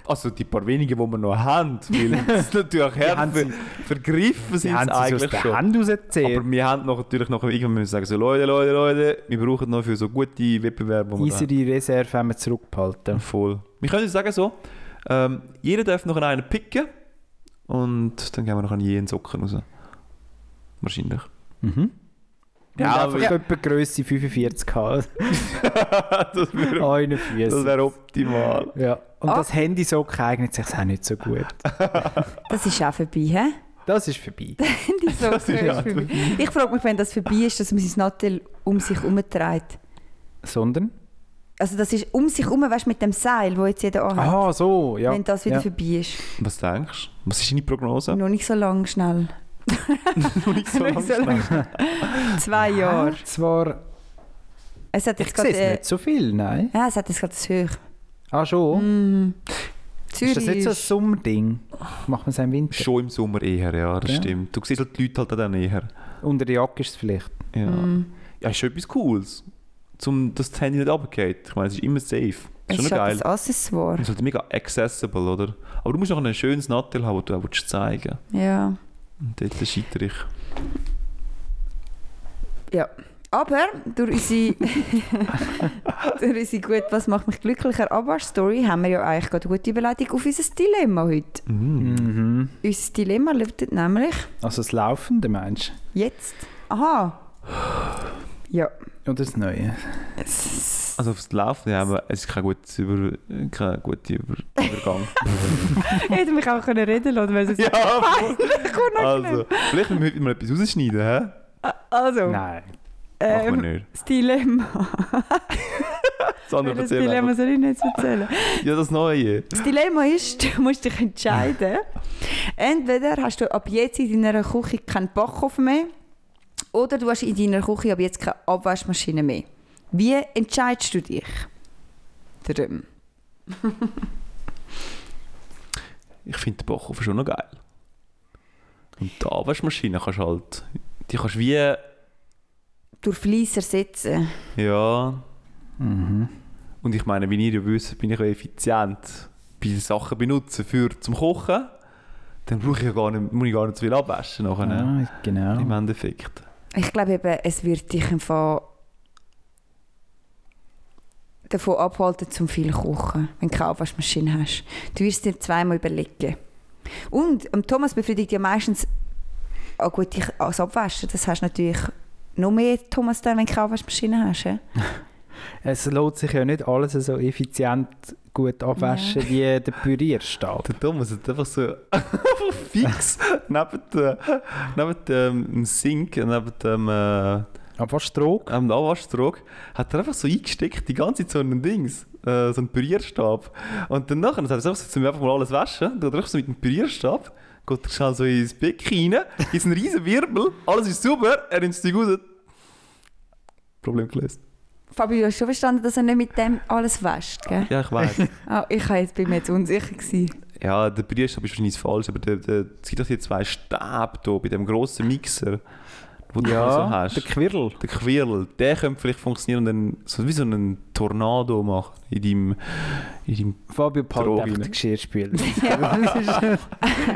Speaker 3: Also die paar wenigen, die wir noch haben,
Speaker 4: [LAUGHS]
Speaker 3: weil es natürlich her
Speaker 4: haben sie-
Speaker 3: ver vergriffen sind es
Speaker 4: sie aus
Speaker 3: eigentlich
Speaker 4: der
Speaker 3: schon.
Speaker 4: Hand
Speaker 3: Aber
Speaker 4: rausgezählt.
Speaker 3: wir haben noch, natürlich noch irgendwann müssen sagen, so Leute, Leute, Leute, wir brauchen noch für so gute Wettbewerbe, die wir da haben.
Speaker 4: Unsere Reserve haben wir zurückbehalten.
Speaker 3: Voll. Wir können jetzt sagen so, ähm, jeder darf noch einen picken und dann gehen wir noch an jeden Socken raus. Wahrscheinlich.
Speaker 4: Mhm.
Speaker 3: Ja,
Speaker 4: Ja,
Speaker 3: aber-
Speaker 4: einfach etwa Größe
Speaker 3: [LAUGHS]
Speaker 4: 45 haben.
Speaker 3: das
Speaker 5: Oh,
Speaker 3: wäre
Speaker 4: Einen Füße.
Speaker 3: wär optimal.
Speaker 4: Ja. Und
Speaker 5: Ah.
Speaker 4: das Handysock eignet sich auch nicht so gut.
Speaker 5: Das ist auch vorbei, hä?
Speaker 4: Das ist vorbei.
Speaker 5: Die Socke
Speaker 3: Das ist
Speaker 5: ist
Speaker 3: auch
Speaker 5: vorbei. Ich frage mich, wenn das vorbei ist, dass man sein Nattel um sich herumträgt.
Speaker 4: Sondern?
Speaker 5: Also das ist um sich herum, weißt du, mit dem Seil, wo jetzt jeder anhat.
Speaker 4: Aha, so, Ah, ja.
Speaker 5: Wenn das wieder
Speaker 4: ja.
Speaker 5: vorbei ist.
Speaker 3: Was denkst du? Was ist deine Prognose?
Speaker 5: Noch nicht so lang schnell.
Speaker 3: Noch nicht so
Speaker 5: Noch nicht so
Speaker 3: lang.
Speaker 5: [LAUGHS] Zwei Jahre.
Speaker 4: Ah, Zwar,
Speaker 5: Es hat
Speaker 4: ich
Speaker 5: jetzt
Speaker 4: sehe
Speaker 5: gerade.
Speaker 4: es
Speaker 5: Äh,
Speaker 4: nicht so viel, nein.
Speaker 5: ja, es hat jetzt gerade das Höch.
Speaker 4: Ah, schon?
Speaker 5: Mm. Zürich.
Speaker 4: Ist das nicht so ein Sommerding? Macht man es auch im Winter?
Speaker 3: Schon im Sommer eher, ja, das
Speaker 4: Ja.
Speaker 3: stimmt. Du siehst halt die Leute halt dann eher.
Speaker 4: Unter der Jacke ist es vielleicht.
Speaker 3: Ja.
Speaker 5: Mm.
Speaker 3: ja, ist schon etwas Cooles, zum, dass das Handy nicht runtergeht. Ich meine, es ist immer safe. Ist
Speaker 5: Es
Speaker 3: schon
Speaker 5: ist
Speaker 3: noch geil.
Speaker 5: halt ein Accessoire.
Speaker 3: Es ist halt mega accessible, oder? Aber du musst noch ein schönes Nattel haben, das du auch willst zeigen
Speaker 5: Ja.
Speaker 3: Und dort scheitere ich.
Speaker 5: Aber durch unsere,
Speaker 3: [LAUGHS]
Speaker 5: durch unsere gut, was macht mich glücklicher Abwasch-Story haben wir ja eigentlich gerade eine gute Überleitung auf unser Dilemma heute.
Speaker 3: Mm.
Speaker 4: Mhm.
Speaker 5: Unser Dilemma lautet nämlich
Speaker 4: Also das Laufende meinst
Speaker 5: jetzt. Aha. Ja.
Speaker 4: du? Oder das Neue?
Speaker 5: Es-
Speaker 3: Also aufs Laufen haben wir, es ist kein guter Über, kein guter Über
Speaker 5: [LAUGHS]
Speaker 3: Übergang.
Speaker 5: [LAUGHS] Hätte mich auch können reden lassen, weil [LAUGHS]
Speaker 3: [LAUGHS]
Speaker 5: es
Speaker 3: Ja,
Speaker 5: peinlich [LAUGHS]
Speaker 3: also,
Speaker 5: unangenehm.
Speaker 3: vielleicht müssen wir heute mal etwas rausschneiden, hä? Machen
Speaker 5: Also,
Speaker 4: Nein.
Speaker 3: wir
Speaker 5: ähm,
Speaker 3: nicht.
Speaker 5: das Dilemma. [LAUGHS]
Speaker 3: Sondern
Speaker 5: Das
Speaker 3: erzähl
Speaker 5: Dilemma soll ich nicht erzählen.
Speaker 3: einfach. Ja, das Neue.
Speaker 5: Das Dilemma ist, [LAUGHS] du musst dich entscheiden. Entweder hast du ab jetzt in deiner Küche keinen Backofen mehr oder du hast in deiner Küche ab jetzt keine Abwaschmaschine mehr. Wie entscheidest du dich? Drum.
Speaker 3: Ich finde den Backofen schon noch geil. Und die Abwaschmaschine kannst halt, die kannst wie,
Speaker 5: Durch Fleiss ersetzen.
Speaker 3: ja,
Speaker 4: Mhm.
Speaker 3: Und ich meine, wie ihr ja wisst, bin ich ja effizient bei Sachen benutzen für zum Kochen. Dann brauche ich ja gar nicht, muss ich gar nicht zu viel abwaschen nachher, ne?
Speaker 4: Ah, genau.
Speaker 3: im Endeffekt.
Speaker 5: Ich glaube eben, es wird dich einfach davon abhalten, zum viel zu kochen, wenn du keine Abwaschmaschine hast. Du wirst es dir zweimal überlegen. Und ähm, Thomas befriedigt ja meistens auch gut dich als Abwaschen. Das hast du natürlich noch mehr, Thomas, dann, wenn du keine Abwaschmaschine hast. hä?
Speaker 4: Es lohnt sich ja nicht alles so effizient gut abwaschen wie der Pürierstab.
Speaker 3: Der Thomas hat einfach so [LAUGHS] einfach fix neben, der, neben dem Sink, neben dem, äh,
Speaker 4: [LAUGHS] Aber was Stroh?
Speaker 3: am Abwaschtrog hat er einfach so eingesteckt, die ganze Zeit so einen Dings, äh, so einen Pürierstab. Und dann nachher, das hat er gesagt, jetzt müssen wir einfach mal alles waschen, dann hat er einfach so mit dem Pürierstab, geht er schnell so ins Becken rein, gibt einen riesen Wirbel, alles ist super, er nimmt es raus. Problem gelöst.
Speaker 5: Fabio, du hast schon verstanden, dass er nicht mit dem alles wäscht, gell?
Speaker 3: Ja, ich weiß.
Speaker 5: Ah, ich war jetzt bei mir jetzt unsicher. Gewesen.
Speaker 3: [LAUGHS] ja, der Pürierstab ist wahrscheinlich falsch, aber der, der, es gibt doch die zwei Stäbe hier bei dem grossen Mixer, wo du so
Speaker 4: Ja,
Speaker 3: hast.
Speaker 4: der Quirl.
Speaker 3: Der Quirl, der könnte vielleicht funktionieren und dann so wie so einen Tornado machen in deinem, in deinem
Speaker 4: Fabio
Speaker 3: Drogen
Speaker 4: Palt einfach
Speaker 3: rein.
Speaker 4: den Geschirrspüler.
Speaker 5: Ja.
Speaker 4: [LAUGHS] Das ist- Das ist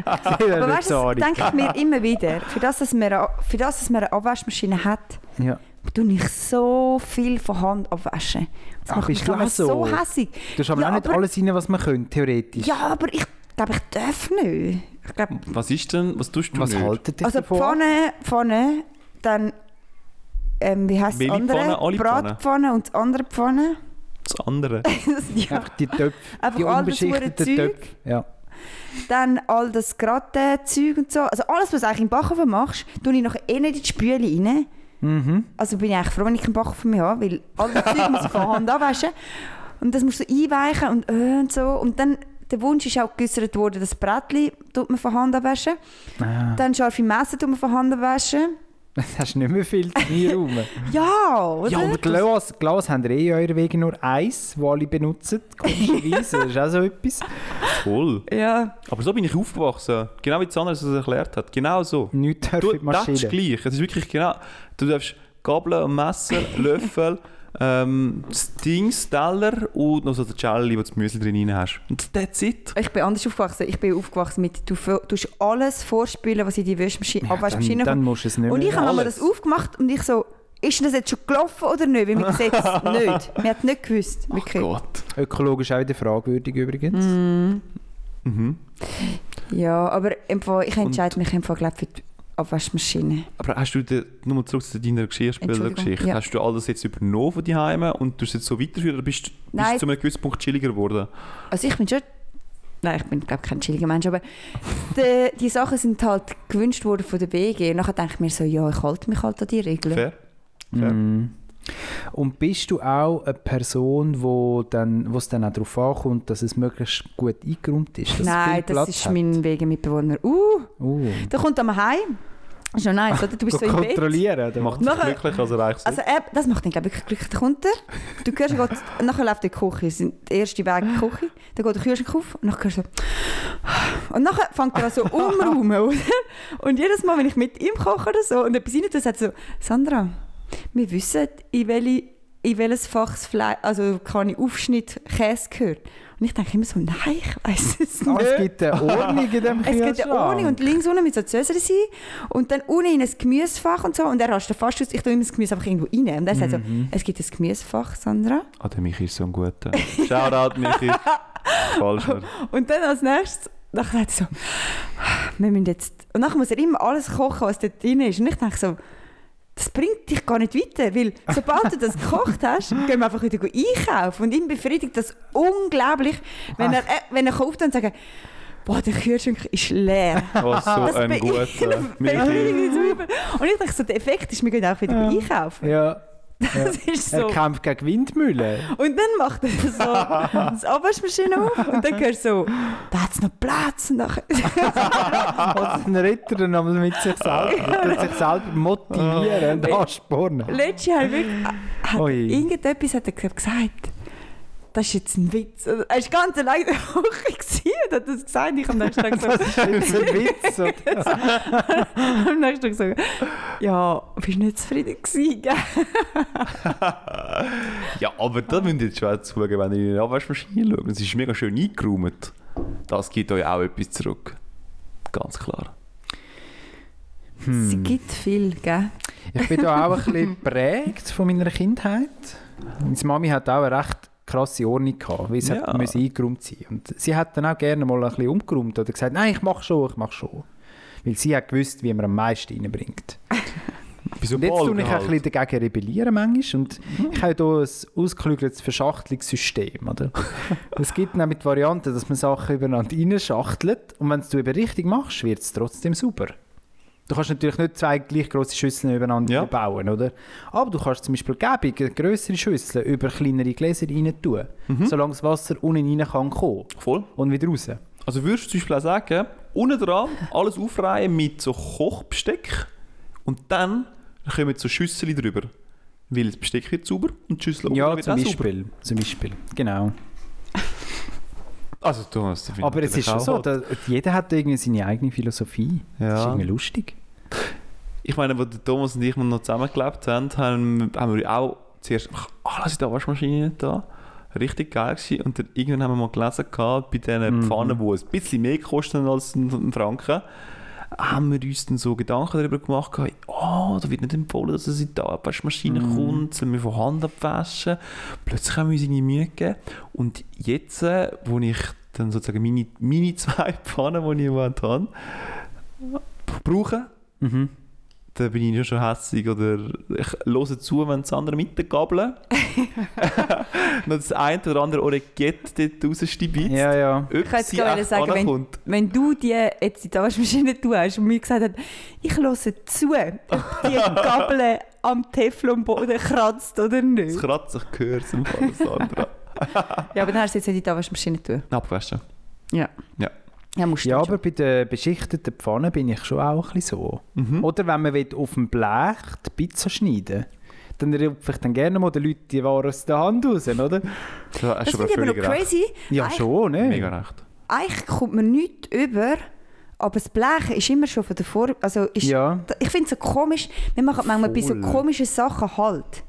Speaker 4: ja
Speaker 5: Aber
Speaker 4: nicht
Speaker 5: weißt du,
Speaker 4: sorry.
Speaker 5: das denke ich mir immer wieder. Für das, dass man, eine- für das, dass man eine Abwaschmaschine hat,
Speaker 4: Ja.
Speaker 5: tue ich so viel von Hand abwaschen. Das
Speaker 4: Ach,
Speaker 5: macht mich
Speaker 4: Ah, bist du
Speaker 5: manchmal
Speaker 4: auch
Speaker 5: so
Speaker 4: so?
Speaker 5: hässig.
Speaker 4: Du schaust aber
Speaker 5: Ja,
Speaker 4: auch nicht
Speaker 5: aber-
Speaker 4: alles rein, was man könnte, theoretisch.
Speaker 5: Ja, aber ich glaube, ich darf nicht.
Speaker 4: Hm,
Speaker 5: Ich glaube,
Speaker 3: Was ist denn? Was halt tust du
Speaker 4: Was
Speaker 3: nicht?
Speaker 4: haltet ihr
Speaker 5: also
Speaker 4: davon?
Speaker 5: Pfanne, Pfanne, dann ähm, wie heißt das
Speaker 3: Welche
Speaker 5: andere?
Speaker 3: Pfanne? Alle Pfannen?
Speaker 5: Bratpfanne und das andere Pfanne.
Speaker 3: Das andere?
Speaker 5: [LAUGHS] ja. [LAUGHS]
Speaker 4: Einfach die Töpfe, die
Speaker 5: Einfach all das hure
Speaker 4: unbeschichteten
Speaker 5: Zeug,
Speaker 4: Töpfe. Ja.
Speaker 5: dann all das Gratenzeug und so. Also alles, was du eigentlich im Backofen machst, tue ich nachher eh nicht in die Spüle rein.
Speaker 4: Mhm. [LAUGHS]
Speaker 5: Also bin ich eigentlich froh, wenn ich keinen Backofen mehr habe, weil all das Zeug muss ich von Hand abwaschen. Und das musst du einweichen und, äh und so. Und dann, der Wunsch ist auch geäußert worden, das Brettli tut man von Hand abwaschen.
Speaker 4: Ah,
Speaker 5: Dann scharfe Messer tut man von Hand abwaschen.
Speaker 4: das hast nicht mehr viel Raum.
Speaker 5: [LAUGHS] Ja, oder?
Speaker 4: ja, und Glas, Glas haben ihr eh eurer wegen nur eins, das alle benutzen. Komischerweise,
Speaker 5: [LAUGHS]
Speaker 4: das ist auch so etwas.
Speaker 3: Voll.
Speaker 5: ja.
Speaker 3: Aber so bin ich aufgewachsen. Genau wie Zander es erklärt hat. Genau so.
Speaker 4: Nichts dürfen
Speaker 3: Du,
Speaker 4: die
Speaker 3: das ist
Speaker 4: Maschine.
Speaker 3: gleich. Es ist wirklich genau. Du darfst Gabel, und
Speaker 5: [LAUGHS]
Speaker 3: Messer, Löffel, ähm, das Dings, Teller und noch so eine Jelly, wo du das Müsli drin rein hast. Und that's it.
Speaker 5: Ich bin anders aufgewachsen. Ich bin aufgewachsen mit, du f- tust alles vorspielen, was in die Wäschmaschine, Abwaschmaschine
Speaker 4: dann, dann musst du es nicht
Speaker 5: Und ich
Speaker 4: mehr.
Speaker 5: habe einmal
Speaker 3: Alles.
Speaker 5: das aufgemacht und ich so, ist das jetzt schon gelaufen oder nicht? Weil
Speaker 4: [LAUGHS]
Speaker 5: man sieht es nicht. Man hat nicht gewusst. wirklich.
Speaker 3: Gott.
Speaker 4: Ökologisch auch wieder fragwürdig übrigens.
Speaker 3: Mhm.
Speaker 5: Ja, aber im Fall, ich entscheide
Speaker 3: Und-
Speaker 5: mich im Fall, glaub, für die Abwaschmaschine.
Speaker 3: Aber hast du, den- nochmal zurück zu deiner Geschirrspülergeschichte,
Speaker 5: Entschuldigung, ja.
Speaker 3: hast du all das jetzt übernommen von daheim und tust es jetzt so weiterführen oder bist du bist
Speaker 5: Nein.
Speaker 3: du zu einem gewissen Punkt chilliger geworden?
Speaker 5: Also ich bin schon... Nein, ich bin glaube kein chilliger Mensch, aber die, die Sachen sind halt gewünscht worden von der BG. Und nachher denke ich mir so, ja, ich halte mich halt an die Regeln.
Speaker 3: Fair? Fair.
Speaker 4: Mhm. Und bist du auch eine Person, wo dann, wo es dann auch darauf ankommt, dass es möglichst gut eingeräumt ist? Dass es viel
Speaker 5: Nein, das
Speaker 4: Platz
Speaker 5: ist
Speaker 4: hat?
Speaker 5: mein Wegemitbewohner. Uh,
Speaker 4: Uh.
Speaker 5: der kommt dann mal heim. Ist ja nice, oder? Du bist so im Bett.
Speaker 4: kontrollieren, oder?
Speaker 3: Macht dich
Speaker 5: Nachher-
Speaker 3: glücklich, also reichst
Speaker 5: Also er, das macht ihn, glaube ich, glücklich. Dann kommt er, du hörst, er geht, nachher läuft er in die Küche, es sind der erste Weg in die Küche, dann geht der Kühlschrank auf und nachher hörst du so und nachher fängt er an so umraumen, oder? Und jedes Mal, wenn ich mit ihm koche oder so und etwas rein tue, sagt er so, Sandra, wir wissen, in, welche, in welches Fach das Fleisch, also keine Aufschnitt Käse gehört. Und ich denke immer so, nein, ich weiß es
Speaker 4: Ah,
Speaker 5: nicht.
Speaker 4: es gibt eine Ordnung in dem
Speaker 5: [LAUGHS] Es gibt eine Ohne und links unten mit so Zöser sein und dann unten in ein Gemüsefach und so und er rastet fast aus, ich tue immer das Gemüse einfach irgendwo rein und er sagt so, es gibt ein Gemüsefach, Sandra.
Speaker 3: Ah, der Michi ist so ein guter. [LAUGHS] Shoutout, Michi. Falsch.
Speaker 5: Und dann als nächstes, dann sagt er so, wir müssen jetzt, und dann muss er immer alles kochen, was dort drin ist und ich denke so, das bringt dich gar nicht weiter, weil sobald du das gekocht hast, gehen wir einfach wieder einkaufen und ihn befriedigt das unglaublich, wenn er, äh, wenn er kauft und sagt, boah, der Kühlschrank ist leer.
Speaker 3: Was Oh, so ein
Speaker 4: [LAUGHS]
Speaker 5: bei [LAUGHS]
Speaker 3: guter
Speaker 5: ihnen
Speaker 3: Michi.
Speaker 5: Befriedigung [LAUGHS] so über- Und ich dachte so, der Effekt ist, wir gehen auch wieder einkaufen. [LAUGHS]
Speaker 4: Ja,
Speaker 5: Das ist
Speaker 4: er
Speaker 5: so.
Speaker 4: kämpft gegen Windmühlen.
Speaker 5: Und dann macht er so das Abwaschmaschine auf und dann hörst du so, da hat es noch Platz. Und nachher, [LAUGHS]
Speaker 4: Als ein Ritter dann einmal mit sich selber, mit sich selber motivieren und
Speaker 5: [LAUGHS] Wenn-
Speaker 4: anspornen.
Speaker 5: letztes Jahr wirklich, hat
Speaker 4: Ui.
Speaker 5: irgendetwas hat er glaub, gesagt, das ist jetzt ein Witz. Also, Er war ganz allein in der Küche gewesen und hat das gesagt. Ich am nächsten
Speaker 4: [LAUGHS]
Speaker 5: Tag so,
Speaker 4: Das ist ein Witz.
Speaker 5: [LAUGHS]
Speaker 4: oder?
Speaker 5: am nächsten Tag so ja, bist du nicht zufrieden gewesen, gell?
Speaker 3: [LAUGHS] Ja, aber da müsst ihr jetzt schon auch zuschauen, wenn ihr in die Abwaschmaschine schaut. Es ist mega schön eingeräumt. Das gibt euch auch etwas zurück. Ganz klar.
Speaker 4: Hm.
Speaker 5: Es gibt viel, gell?
Speaker 4: Ich bin da auch ein bisschen geprägt von meiner Kindheit. Meine Mami hat auch eine recht krasse Ordnung gehabt, weil es
Speaker 3: Ja.
Speaker 4: hat musste eingeräumt sein. Und sie hat dann auch gerne mal ein bisschen umgeräumt oder gesagt, nein, ich mache schon, ich mache schon. Weil sie hat gewusst, wie man am meisten reinbringt.
Speaker 3: Wieso
Speaker 4: Und jetzt tue ich auch ein bisschen dagegen rebellieren manchmal und
Speaker 3: Mhm.
Speaker 4: ich habe hier ein ausgeklügeltes
Speaker 3: [LAUGHS]
Speaker 4: Verschachtelungssystem. Oder? es gibt nämlich die Variante, dass man Sachen übereinander reinschachtelt und wenn du es eben richtig machst, wird es trotzdem super. Du kannst natürlich nicht zwei gleich große Schüsseln übereinander
Speaker 3: Ja.
Speaker 4: bauen, oder? Aber du kannst zum Beispiel gäbig größere Schüsseln über kleinere Gläser rein tun,
Speaker 3: Mhm.
Speaker 4: solange das Wasser unten rein kann kommen
Speaker 3: Voll.
Speaker 4: und wieder raus.
Speaker 3: Also würdest du zum Beispiel auch sagen, unten dran alles aufreihen mit so Kochbesteck und dann kommen so Schüssel drüber. Weil das Besteck wird sauber und die Schüssel oben
Speaker 4: Ja,
Speaker 3: wird
Speaker 4: zum
Speaker 3: auch sauber.
Speaker 4: Beispiel. Zum Beispiel. Genau.
Speaker 3: Also Thomas, das finde
Speaker 4: Aber
Speaker 3: ich
Speaker 4: es ist schon
Speaker 3: natürlich
Speaker 4: so,
Speaker 3: auch-
Speaker 4: da, jeder hat irgendwie seine eigene Philosophie. Das ist
Speaker 3: Ja.
Speaker 4: irgendwie lustig.
Speaker 3: Ich meine, als der Thomas und ich mal noch zusammengelebt haben, haben, haben wir auch zuerst ah, alles in der Waschmaschine da. Richtig geil gewesen. Und dann irgendwann haben wir mal gelesen, gehabt, bei diesen Pfannen, die ein bisschen mehr kosten als ein- ein Franken, haben wir uns dann so Gedanken darüber gemacht, gehabt, oh, da wird nicht empfohlen, dass es in die Waschmaschine kommt, sollen wir von Hand abwaschen. Plötzlich haben wir uns irgendwie Mühe gegeben. Und jetzt, äh, wo ich dann sozusagen meine, meine [LAUGHS] zwei Pfannen, die ich im Moment habe, brauche,
Speaker 4: Mhm.
Speaker 3: da bin ich ja schon hässig oder ich höre zu, wenn das andere mit der [LAUGHS] Gabel noch das ein oder andere Oregett dort rausstibitzt.
Speaker 4: Ja, ja.
Speaker 3: Ob
Speaker 5: Ich hätte
Speaker 3: sie
Speaker 5: gerne
Speaker 3: echt
Speaker 5: sagen, wenn-
Speaker 3: ankommt.
Speaker 5: wenn du die jetzt in die Waschmaschine tust und mir gesagt hat, ich höre zu, ob die Gabel am Teflonboden kratzt oder
Speaker 3: Es
Speaker 5: nicht.
Speaker 3: kratzt sich gehört zum Fall [LAUGHS] Sandra.
Speaker 5: Ja, aber dann hast du jetzt nicht in die Waschmaschine tun.
Speaker 3: Abwaschen.
Speaker 5: Ja.
Speaker 3: Ja.
Speaker 5: Ja, musst du
Speaker 4: Ja,
Speaker 5: schon.
Speaker 4: aber bei den beschichteten Pfannen bin ich schon auch ein bisschen so.
Speaker 3: Mhm.
Speaker 4: Oder wenn man will, auf dem Blech die Pizza schneiden dann rupfe ich dann gerne mal den Leuten die Ware aus der Hand raus,
Speaker 3: Da
Speaker 4: oder?
Speaker 3: hast
Speaker 5: Das
Speaker 3: du aber
Speaker 5: finde ich aber noch
Speaker 3: völlig recht.
Speaker 5: crazy.
Speaker 4: Ja,
Speaker 5: Eigentlich-
Speaker 4: schon, ne?
Speaker 3: Mega recht.
Speaker 5: Eigentlich kommt man nichts über Aber das Blech ist immer schon von der Form. Also ist,
Speaker 4: Ja.
Speaker 5: Ich finde es so komisch, wir machen manchmal bei so
Speaker 3: Voll.
Speaker 5: komischen Sachen halt.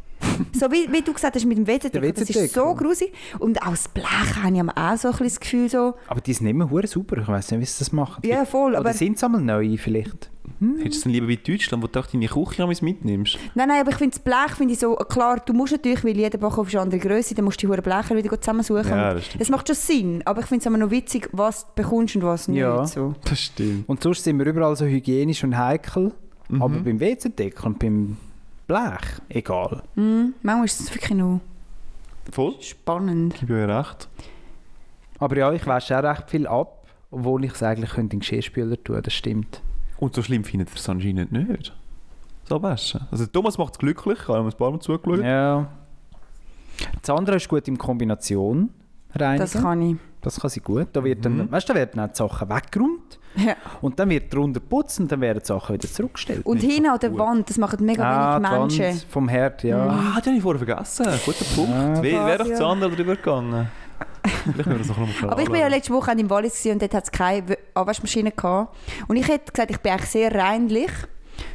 Speaker 5: so wie, wie du gesagt hast mit dem WC-Deckel,
Speaker 4: Der
Speaker 5: das ist so
Speaker 4: WC-Deckel.
Speaker 5: grusig. Und auch das Blech habe ich immer auch so ein bisschen das Gefühl, so,
Speaker 4: Aber die sind nicht mehr hure super. Ich weiß nicht, wie sie das machen.
Speaker 5: Ja, voll,
Speaker 4: Oder
Speaker 5: aber-
Speaker 4: sind sie einmal neue vielleicht?
Speaker 3: Hättest du es dann lieber wie Deutschland, wo du doch deine Küche amigs mitnimmst?
Speaker 5: Nein, nein, aber ich finde das Blech, finde ich so, äh, klar, du musst natürlich, weil jeder Backofen ist eine andere Größe, dann musst du die hohen Blecher wieder zusammensuchen.
Speaker 3: Ja, das stimmt.
Speaker 5: Es macht schon Sinn, aber ich finde es immer noch witzig, was du bekommst und was nicht.
Speaker 4: Ja.
Speaker 5: So.
Speaker 3: [LAUGHS] Das stimmt.
Speaker 4: Und sonst sind wir überall so hygienisch und heikel. Aber beim WC-Deckel und beim Blech, egal.
Speaker 5: Mhm. Manchmal ist es wirklich noch
Speaker 3: Voll?
Speaker 5: spannend.
Speaker 3: Ich gebe euch recht.
Speaker 4: Aber ja, ich wasche auch recht viel ab, obwohl ich es eigentlich könnte in den Geschirrspüler tun das stimmt.
Speaker 3: Und so schlimm findet ihr es anscheinend nicht. So waschen. Also Thomas macht es glücklich, ich habe ihm ein paar Mal zugeschaut.
Speaker 4: Ja. Das andere ist gut in Kombination reinigen.
Speaker 5: Das kann ich.
Speaker 4: Das kann sie gut. Da, wird dann, weißt, du, da werden dann die Sachen weggeräumt
Speaker 5: Ja.
Speaker 4: und dann wird drunter geputzt und dann werden die Sachen wieder zurückgestellt.
Speaker 5: Und hinten an der Wand, das machen mega wenig
Speaker 4: Ah, die
Speaker 5: Menschen. Mhm.
Speaker 4: Wand vom Herd, ja.
Speaker 3: Ah, den habe ich vorher vergessen. Guter Punkt.
Speaker 4: Ja.
Speaker 3: Wie- Wäre doch
Speaker 5: Ja.
Speaker 3: das andere drüber gegangen. Vielleicht müssen wir das noch mal
Speaker 5: Aber ich war ja letzte Woche im Wallis gewesen und dort hat es keine W- Anwaschmaschine gehabt. Und ich hätte gesagt, ich bin eigentlich sehr reinlich.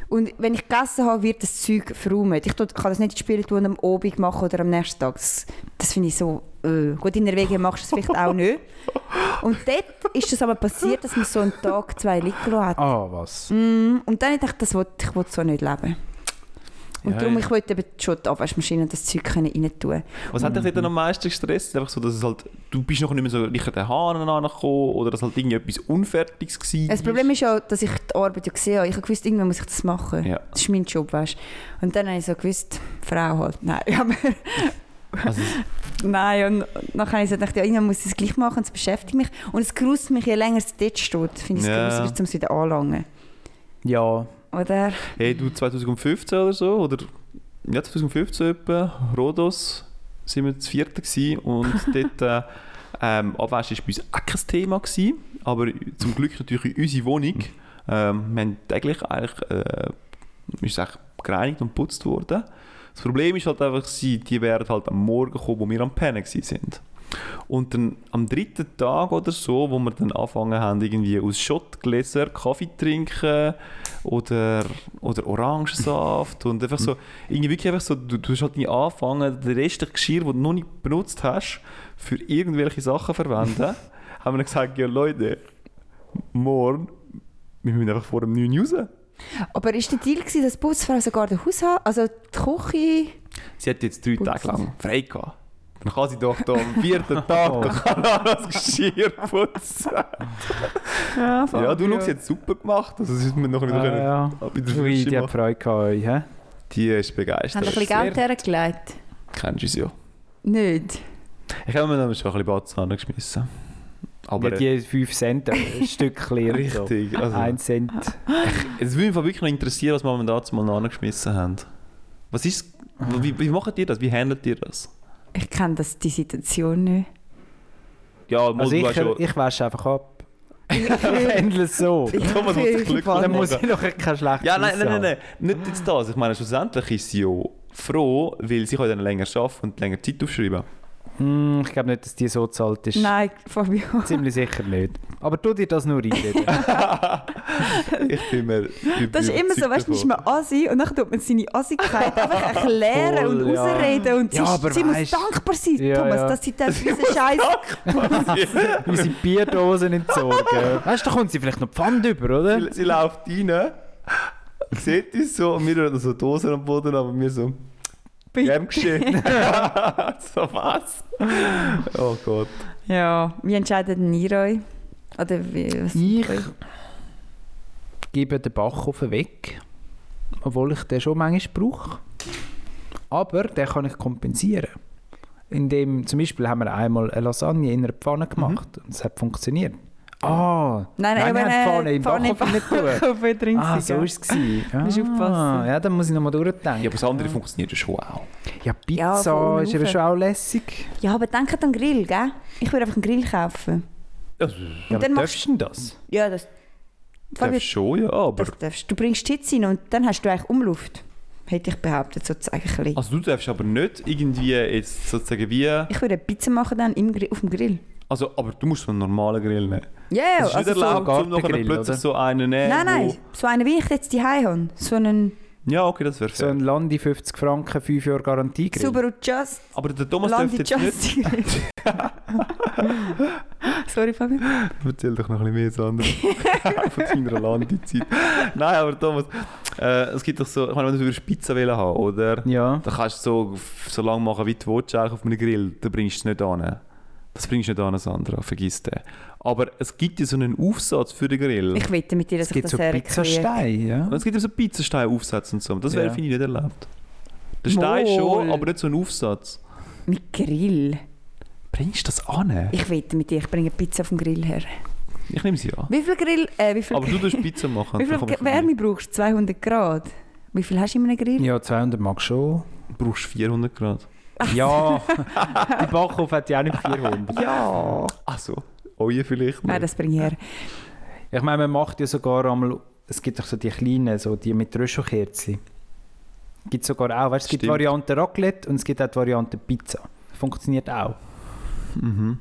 Speaker 5: Und wenn ich gegessen habe, wird das Zeug verräumt. Ich tu- kann das nicht ins Spiel tun, am Abend machen oder am nächsten Tag. Das, das finde ich so... Äh. Gut, in Norwegen machst du es vielleicht auch nicht. Und dort ist das aber passiert, dass man so einen Tag zwei Likro hat.
Speaker 4: Ah, was?
Speaker 5: Mm, Und dann habe ich gedacht, das will, ich will so nicht leben. Und
Speaker 3: Ja,
Speaker 5: darum,
Speaker 3: ja.
Speaker 5: ich wollte eben schon die Abwaschmaschine und das Zeug können rein tun.
Speaker 3: Was hat dich denn am meisten gestresst? Einfach so, dass es halt, du bist noch nicht mehr so richtig an den Haaren angekommen oder dass halt irgendetwas Unfertiges war.
Speaker 5: Das Problem ist ja, dass ich die Arbeit ja gesehen habe. Ich habe gewusst, irgendwann muss ich das machen.
Speaker 3: Ja.
Speaker 5: Das ist mein Job, weißt du. Und dann habe ich so gewusst, Frau halt. Nein, [LAUGHS] aber
Speaker 3: Also,
Speaker 5: nein. Und nachher habe ich so gedacht, ja, irgendwann muss ich es gleich machen, und es beschäftigt mich. Und es gruselt mich, je länger es dort steht, finde ich es
Speaker 3: Ja.
Speaker 5: yeah. grusiger, um es wieder anlangen.
Speaker 4: Ja,
Speaker 5: Oder?
Speaker 3: hey, du 2015 oder so, oder ja, 2015 etwa, Rhodos, sind wir das vierte gewesen und dort äh, ähm, Abwäsche war bei uns auch kein Thema gewesen, aber zum Glück natürlich in unserer Wohnung. Ähm, wir haben täglich eigentlich, äh, ist es eigentlich gereinigt und geputzt worden. Das Problem ist halt einfach, sie, die wären halt am Morgen gekommen, wo wir am Pennen gewesen sind. Und dann am dritten Tag oder so, wo wir dann angefangen haben, irgendwie aus Schottgläser Kaffee trinken oder, oder Orangensaft und einfach so, irgendwie wirklich einfach so, du, du hast halt nie angefangen, den restlichen Geschirr, den du noch nicht benutzt hast, für irgendwelche Sachen verwenden. [LAUGHS] haben wir dann gesagt, ja Leute, morgen, wir müssen einfach vor dem 9 raus.
Speaker 5: Aber ist der Deal gewesen, dass die Putzfrau sogar den Haus hat, also die Küche...
Speaker 3: Sie hat jetzt drei
Speaker 5: Putzen.
Speaker 3: Tage lang frei gehabt. Dann kann sie doch da am vierten
Speaker 4: [LAUGHS]
Speaker 3: Tag oh. das Geschirr putzen.
Speaker 5: Ja,
Speaker 3: Ja, du Lux hat es super gemacht. Also, das ist mir noch ein bisschen
Speaker 4: ah, ja.
Speaker 3: können- bei der
Speaker 4: Ui,
Speaker 3: Frische
Speaker 4: die hat
Speaker 3: machen.
Speaker 4: Freude an euch, hä?
Speaker 3: Die ist
Speaker 5: Haben ein
Speaker 3: begeistert.
Speaker 5: bisschen Geld hergelegt?
Speaker 3: Kennst du es ja.
Speaker 5: Nicht.
Speaker 3: Ich habe mir dann schon ein bisschen Batzen geschmissen. Aber
Speaker 4: Aber ja, die 5 Cent äh, Stückchen. und so.
Speaker 3: richtig. Also,
Speaker 4: Ein Cent.
Speaker 3: es würde mich wirklich noch interessieren, was wir am damals mal geschmissen haben. Was ist. Wie, wie macht ihr das? Wie handelt ihr das?
Speaker 5: Ich kenne das, die Situation nicht.
Speaker 3: Ja, muss
Speaker 4: Also
Speaker 3: du
Speaker 4: ich,
Speaker 3: hast
Speaker 4: [LAUGHS]
Speaker 3: schon.
Speaker 4: ich wasche
Speaker 3: [LAUGHS]
Speaker 4: einfach ab. Ich handle es so.
Speaker 3: Thomas muss sich Glück
Speaker 4: Dann muss
Speaker 3: machen.
Speaker 4: ich noch kein schlechtes
Speaker 3: Ja, nein, nein,
Speaker 4: Gewissen
Speaker 3: nein, nein, nicht jetzt das. Ich meine, schlussendlich ist sie ja froh, weil sie kann dann länger arbeiten und länger Zeit
Speaker 5: [LAUGHS]
Speaker 3: aufschreiben.
Speaker 4: haben. Hm, ich glaube nicht, dass die so zahlt ist.
Speaker 5: Nein, Fabio.
Speaker 4: Ziemlich sicher nicht. Aber tu dir das nur reinreden.
Speaker 3: [LAUGHS] Ich bin mir
Speaker 5: Das ist immer so, weißt du, dann ist man Asi und dann tut man seine
Speaker 4: [LAUGHS]
Speaker 5: Asigkeit einfach erklären
Speaker 4: Voll,
Speaker 5: und
Speaker 4: ja.
Speaker 5: rausreden. Und sie,
Speaker 4: Ja,
Speaker 5: ist-
Speaker 4: aber
Speaker 5: sie muss
Speaker 4: weißt-
Speaker 5: dankbar sein,
Speaker 4: Ja,
Speaker 5: Thomas,
Speaker 4: ja.
Speaker 5: dass sie
Speaker 4: [LAUGHS]
Speaker 5: dann diesen Scheiß.
Speaker 4: Unsere Bierdosen entsorgen. Weißt du, da kommt sie vielleicht noch die Pfand über, oder?
Speaker 3: Sie, sie läuft rein, sieht uns so und wir haben so Dosen am Boden, aber wir so... Gern
Speaker 5: [LAUGHS]
Speaker 3: geschehen. [LAUGHS] so was? Oh Gott.
Speaker 5: Ja, wie entscheidet denn ihr euch? Oder wie? Was?
Speaker 4: Ich gebe den Backofen weg, obwohl ich den schon manchmal brauche. Aber den kann ich kompensieren. Indem, zum Beispiel haben wir einmal eine Lasagne in einer Pfanne gemacht und es hat funktioniert. Ah,
Speaker 5: Mhm. Nein,
Speaker 4: wir haben
Speaker 5: eben, äh,
Speaker 4: die Pfanne im
Speaker 5: Pfanne im
Speaker 4: Backofen nicht tun.
Speaker 5: [LAUGHS] Kaffee trinken.
Speaker 4: Ah, so war es.
Speaker 5: [LAUGHS]
Speaker 4: gewesen.
Speaker 5: Musst
Speaker 4: Ah,
Speaker 5: aufpassen.
Speaker 4: ja, dann muss ich nochmal durchdenken.
Speaker 3: Ja, aber das andere funktioniert ja schon auch.
Speaker 4: Ja,
Speaker 5: Ja,
Speaker 4: Pizza
Speaker 5: voll
Speaker 4: ist eben
Speaker 5: rauf.
Speaker 4: schon auch lässig.
Speaker 5: Ja, aber denkt an den Grill, gell? Ich würde einfach einen Grill kaufen.
Speaker 4: Ja, aber
Speaker 5: dann machst-
Speaker 4: darfst du denn das?
Speaker 5: Ja, das. Fabio,
Speaker 3: Darfst schon, ja, aber...
Speaker 5: das darfst. du. Du bringst die Hitze rein und dann hast du eigentlich Umluft. Hätte ich behauptet, sozusagen. ein
Speaker 4: Also
Speaker 5: bisschen.
Speaker 3: Also du darfst aber nicht irgendwie jetzt sozusagen wie...
Speaker 5: Ich würde eine Pizza machen dann im Grill, auf dem Grill.
Speaker 3: Also, aber du musst so einen normalen Grill nehmen.
Speaker 5: Ja,
Speaker 3: Es ist
Speaker 5: also
Speaker 3: nicht erlaubt,
Speaker 5: so,
Speaker 3: um nachher
Speaker 4: Gartengrill,
Speaker 3: plötzlich
Speaker 4: oder?
Speaker 3: so einen äh,
Speaker 4: Äh,
Speaker 3: nehmen.
Speaker 5: Nein, nein, so einen, wie ich jetzt die habe. So einen
Speaker 3: Wo, ja, okay, das wäre
Speaker 4: So
Speaker 3: fair.
Speaker 4: ein Landi 50 Franken, 5 Jahre Garantie Grill.
Speaker 5: Subaru Just.
Speaker 3: aber der Thomas
Speaker 5: Landi
Speaker 3: dürfte jetzt
Speaker 5: Just. [LAUGHS] Sorry, Fabian.
Speaker 3: nicht... Erzähl doch noch ein bisschen mehr, Sander.
Speaker 5: [LAUGHS]
Speaker 3: Von deiner Landezeit. Nein, aber Thomas, äh, es gibt doch so... Ich meine, wenn du würdest Pizza wollen haben, oder?
Speaker 4: Ja.
Speaker 3: Dann kannst du so, f- so lange machen, wie du willst, eigentlich auf einem Grill. Dann bringst du es nicht an. Das bringst du nicht an, Sandra. Vergiss den. Aber es gibt ja so einen Aufsatz für den Grill.
Speaker 5: Ich wette mit dir, dass
Speaker 4: Es
Speaker 5: ich
Speaker 4: gibt
Speaker 5: das
Speaker 4: so Pizzasteine, ja.
Speaker 3: Und es gibt ja so Pizzastein-Aufsätze und so. Das wäre,
Speaker 4: Ja.
Speaker 3: finde ich, nicht erlaubt. Der Stein schon,
Speaker 5: Mol.
Speaker 3: aber nicht so ein Aufsatz.
Speaker 5: Mit Grill.
Speaker 3: Bringst du das an?
Speaker 5: Ich wette mit dir, ich bringe Pizza vom Grill her.
Speaker 3: Ich nehme sie an.
Speaker 5: Wie viel Grill, äh, wie viel,
Speaker 3: Aber du darfst Pizza machen.
Speaker 5: wie
Speaker 3: dann
Speaker 5: viel
Speaker 3: komm ich vorbei.
Speaker 5: Wärme brauchst du? 200 Grad? Wie viel hast du in einem Grill?
Speaker 4: Ja, 200 mag schon.
Speaker 3: Du brauchst 400 Grad.
Speaker 4: Ja, [LAUGHS] die Backofen hat ja auch nicht [LAUGHS] 400.
Speaker 5: Ja.
Speaker 3: Also, Euer vielleicht
Speaker 5: Nein,
Speaker 3: nicht.
Speaker 5: Ah, das bringe ich her.
Speaker 4: Ich meine, man macht ja sogar einmal, es gibt doch so die kleinen, so die mit Röschelkerzen. Gibt sogar auch, weißt, du, es gibt die
Speaker 3: Stimmt.
Speaker 4: Variante Raclette und es gibt auch die Variante Pizza. Funktioniert auch.
Speaker 3: Mhm.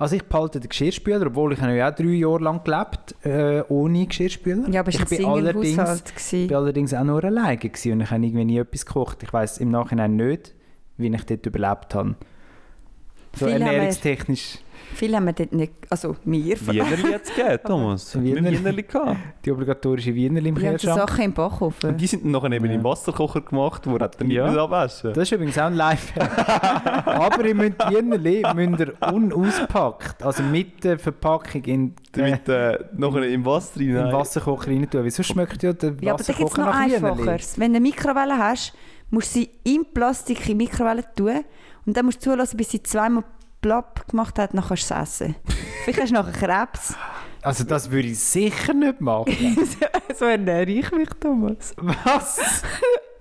Speaker 4: Also ich behalte den Geschirrspüler, obwohl ich habe ja auch drei Jahre lang gelebt äh, ohne Geschirrspüler.
Speaker 5: Ja, aber es
Speaker 4: ich
Speaker 5: war ein
Speaker 4: bin allerdings,
Speaker 5: Single-Haushalt.
Speaker 4: ich
Speaker 5: gewesen.
Speaker 4: bin allerdings auch nur alleine gewesen und ich habe irgendwie nie etwas gekocht. Ich weiß im Nachhinein nicht, wie ich dort überlebt habe. So
Speaker 5: Viel haben wir-
Speaker 4: ernährungstechnisch.
Speaker 5: Viel haben wir dort nicht, also wir vor allem.
Speaker 3: Wienerli hat es
Speaker 5: [LAUGHS]
Speaker 3: gegeben, Thomas. Wir haben
Speaker 4: Wienerli.
Speaker 3: Wienerli gehabt.
Speaker 4: Die obligatorische Wienerli im
Speaker 5: Wir haben so
Speaker 4: Kühlschrank.
Speaker 5: Sachen im Backofen.
Speaker 3: Und die sind dann nachher eben
Speaker 4: Ja.
Speaker 3: im Wasserkocher gemacht, wo er dann
Speaker 4: Ja.
Speaker 3: nicht abwaschen
Speaker 4: Das ist übrigens auch ein Lifehack.
Speaker 5: [LAUGHS]
Speaker 4: Aber ihr müsst Wienerli müsst ihr unauspackt, also mit der Verpackung in, äh,
Speaker 3: Damit äh, nachher im Wasser rein.
Speaker 4: in den Wasserkocher rein tun. Wieso schmeckt ja der
Speaker 5: Ja, aber da gibt es
Speaker 4: Wasserkocher
Speaker 5: noch
Speaker 4: nach Wienerli?
Speaker 5: einfacheres. Wenn du eine Mikrowelle hast, musst du sie im Plastik in die Mikrowelle tun und dann musst du zulassen, bis sie zweimal plapp gemacht hat, dann kannst du es [LAUGHS] essen. Vielleicht hast du nachher Krebs.
Speaker 4: Also das würde ich sicher nicht machen.
Speaker 5: [LAUGHS] so ernähre ich mich, Thomas.
Speaker 4: Was?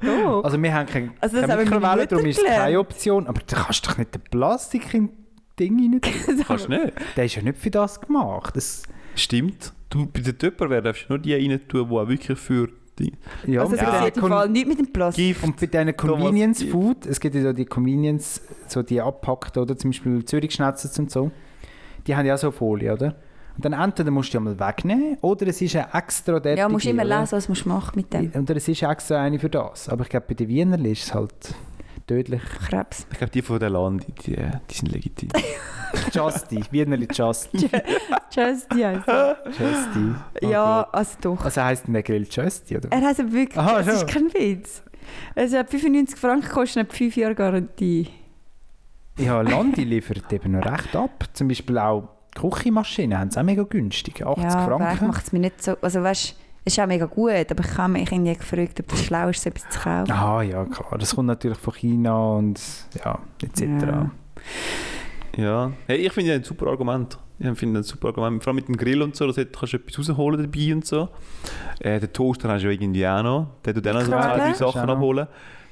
Speaker 5: Oh.
Speaker 4: Also wir haben keine,
Speaker 5: Also das
Speaker 4: keine
Speaker 5: haben wir
Speaker 4: Mikrowelle,
Speaker 5: meine Mutter
Speaker 4: darum ist es keine
Speaker 5: gelernt.
Speaker 4: Option. Aber du kannst doch nicht den Plastik in das Ding rein tun.
Speaker 3: Kannst du nicht.
Speaker 4: Der ist ja nicht für das gemacht. Das,
Speaker 3: Stimmt. Du, bei der Töpperwehr darfst du nur die rein tun, die auch wirklich für die
Speaker 4: ja,
Speaker 5: also es
Speaker 4: und bei
Speaker 5: passiert
Speaker 4: diesen
Speaker 5: im
Speaker 4: Kon-
Speaker 5: Fall nichts mit dem Plastik.
Speaker 3: Gift.
Speaker 4: Und bei diesen
Speaker 3: Thomas,
Speaker 4: Convenience
Speaker 3: die-
Speaker 4: Food, es gibt ja so die Convenience, so die abpackten, oder zum Beispiel Zürich Schnetzels und so, die haben ja auch so Folie, oder? Und dann entweder musst du die mal wegnehmen, oder es ist eine extra derartige,
Speaker 5: Ja, musst immer
Speaker 4: oder?
Speaker 5: lesen, was musst du machen mit dem
Speaker 4: Oder es ist extra eine für das. Aber ich glaube, bei den Wienerli ist es halt tödlich.
Speaker 5: Krebs.
Speaker 3: Ich glaube, die von der Landi, die, äh, die sind legitim.
Speaker 4: Justy, Wienerli Justy.
Speaker 5: Justy heisst
Speaker 4: Ah,
Speaker 5: er.
Speaker 4: Justy.
Speaker 5: Ja, also doch.
Speaker 4: Also heisst denn der Grill Justy, oder?
Speaker 5: Er heisst aber wirklich,
Speaker 4: Aha,
Speaker 5: das ist
Speaker 4: ja.
Speaker 5: kein Witz. Es hat 95 Franken gekostet und hat 5 Jahre Garantie.
Speaker 4: Ja, Landi liefert eben noch recht ab. Zum Beispiel auch Küchenmaschinen haben es auch mega günstig. 80
Speaker 5: ja, vielleicht
Speaker 4: Franken.
Speaker 5: macht es mir nicht so... Also weißt, es ist auch mega gut, aber ich habe mich irgendwie gefragt, ob es schlau ist, so etwas zu kaufen.
Speaker 4: Ah ja, klar. Das kommt natürlich von China und ja, etc.
Speaker 5: Ja.
Speaker 3: Ja, hey, ich finde ja ein super Argument. Ich finde ein super Argument. Vor allem mit dem Grill und so, da kannst du etwas rausholen dabei und so. Äh, den Toaster hast du ja irgendwie auch noch. Der tut dann auch noch so zwei,
Speaker 5: Mikrowelle.
Speaker 3: drei
Speaker 4: Hast
Speaker 3: Sachen
Speaker 4: du auch noch.
Speaker 3: abholen.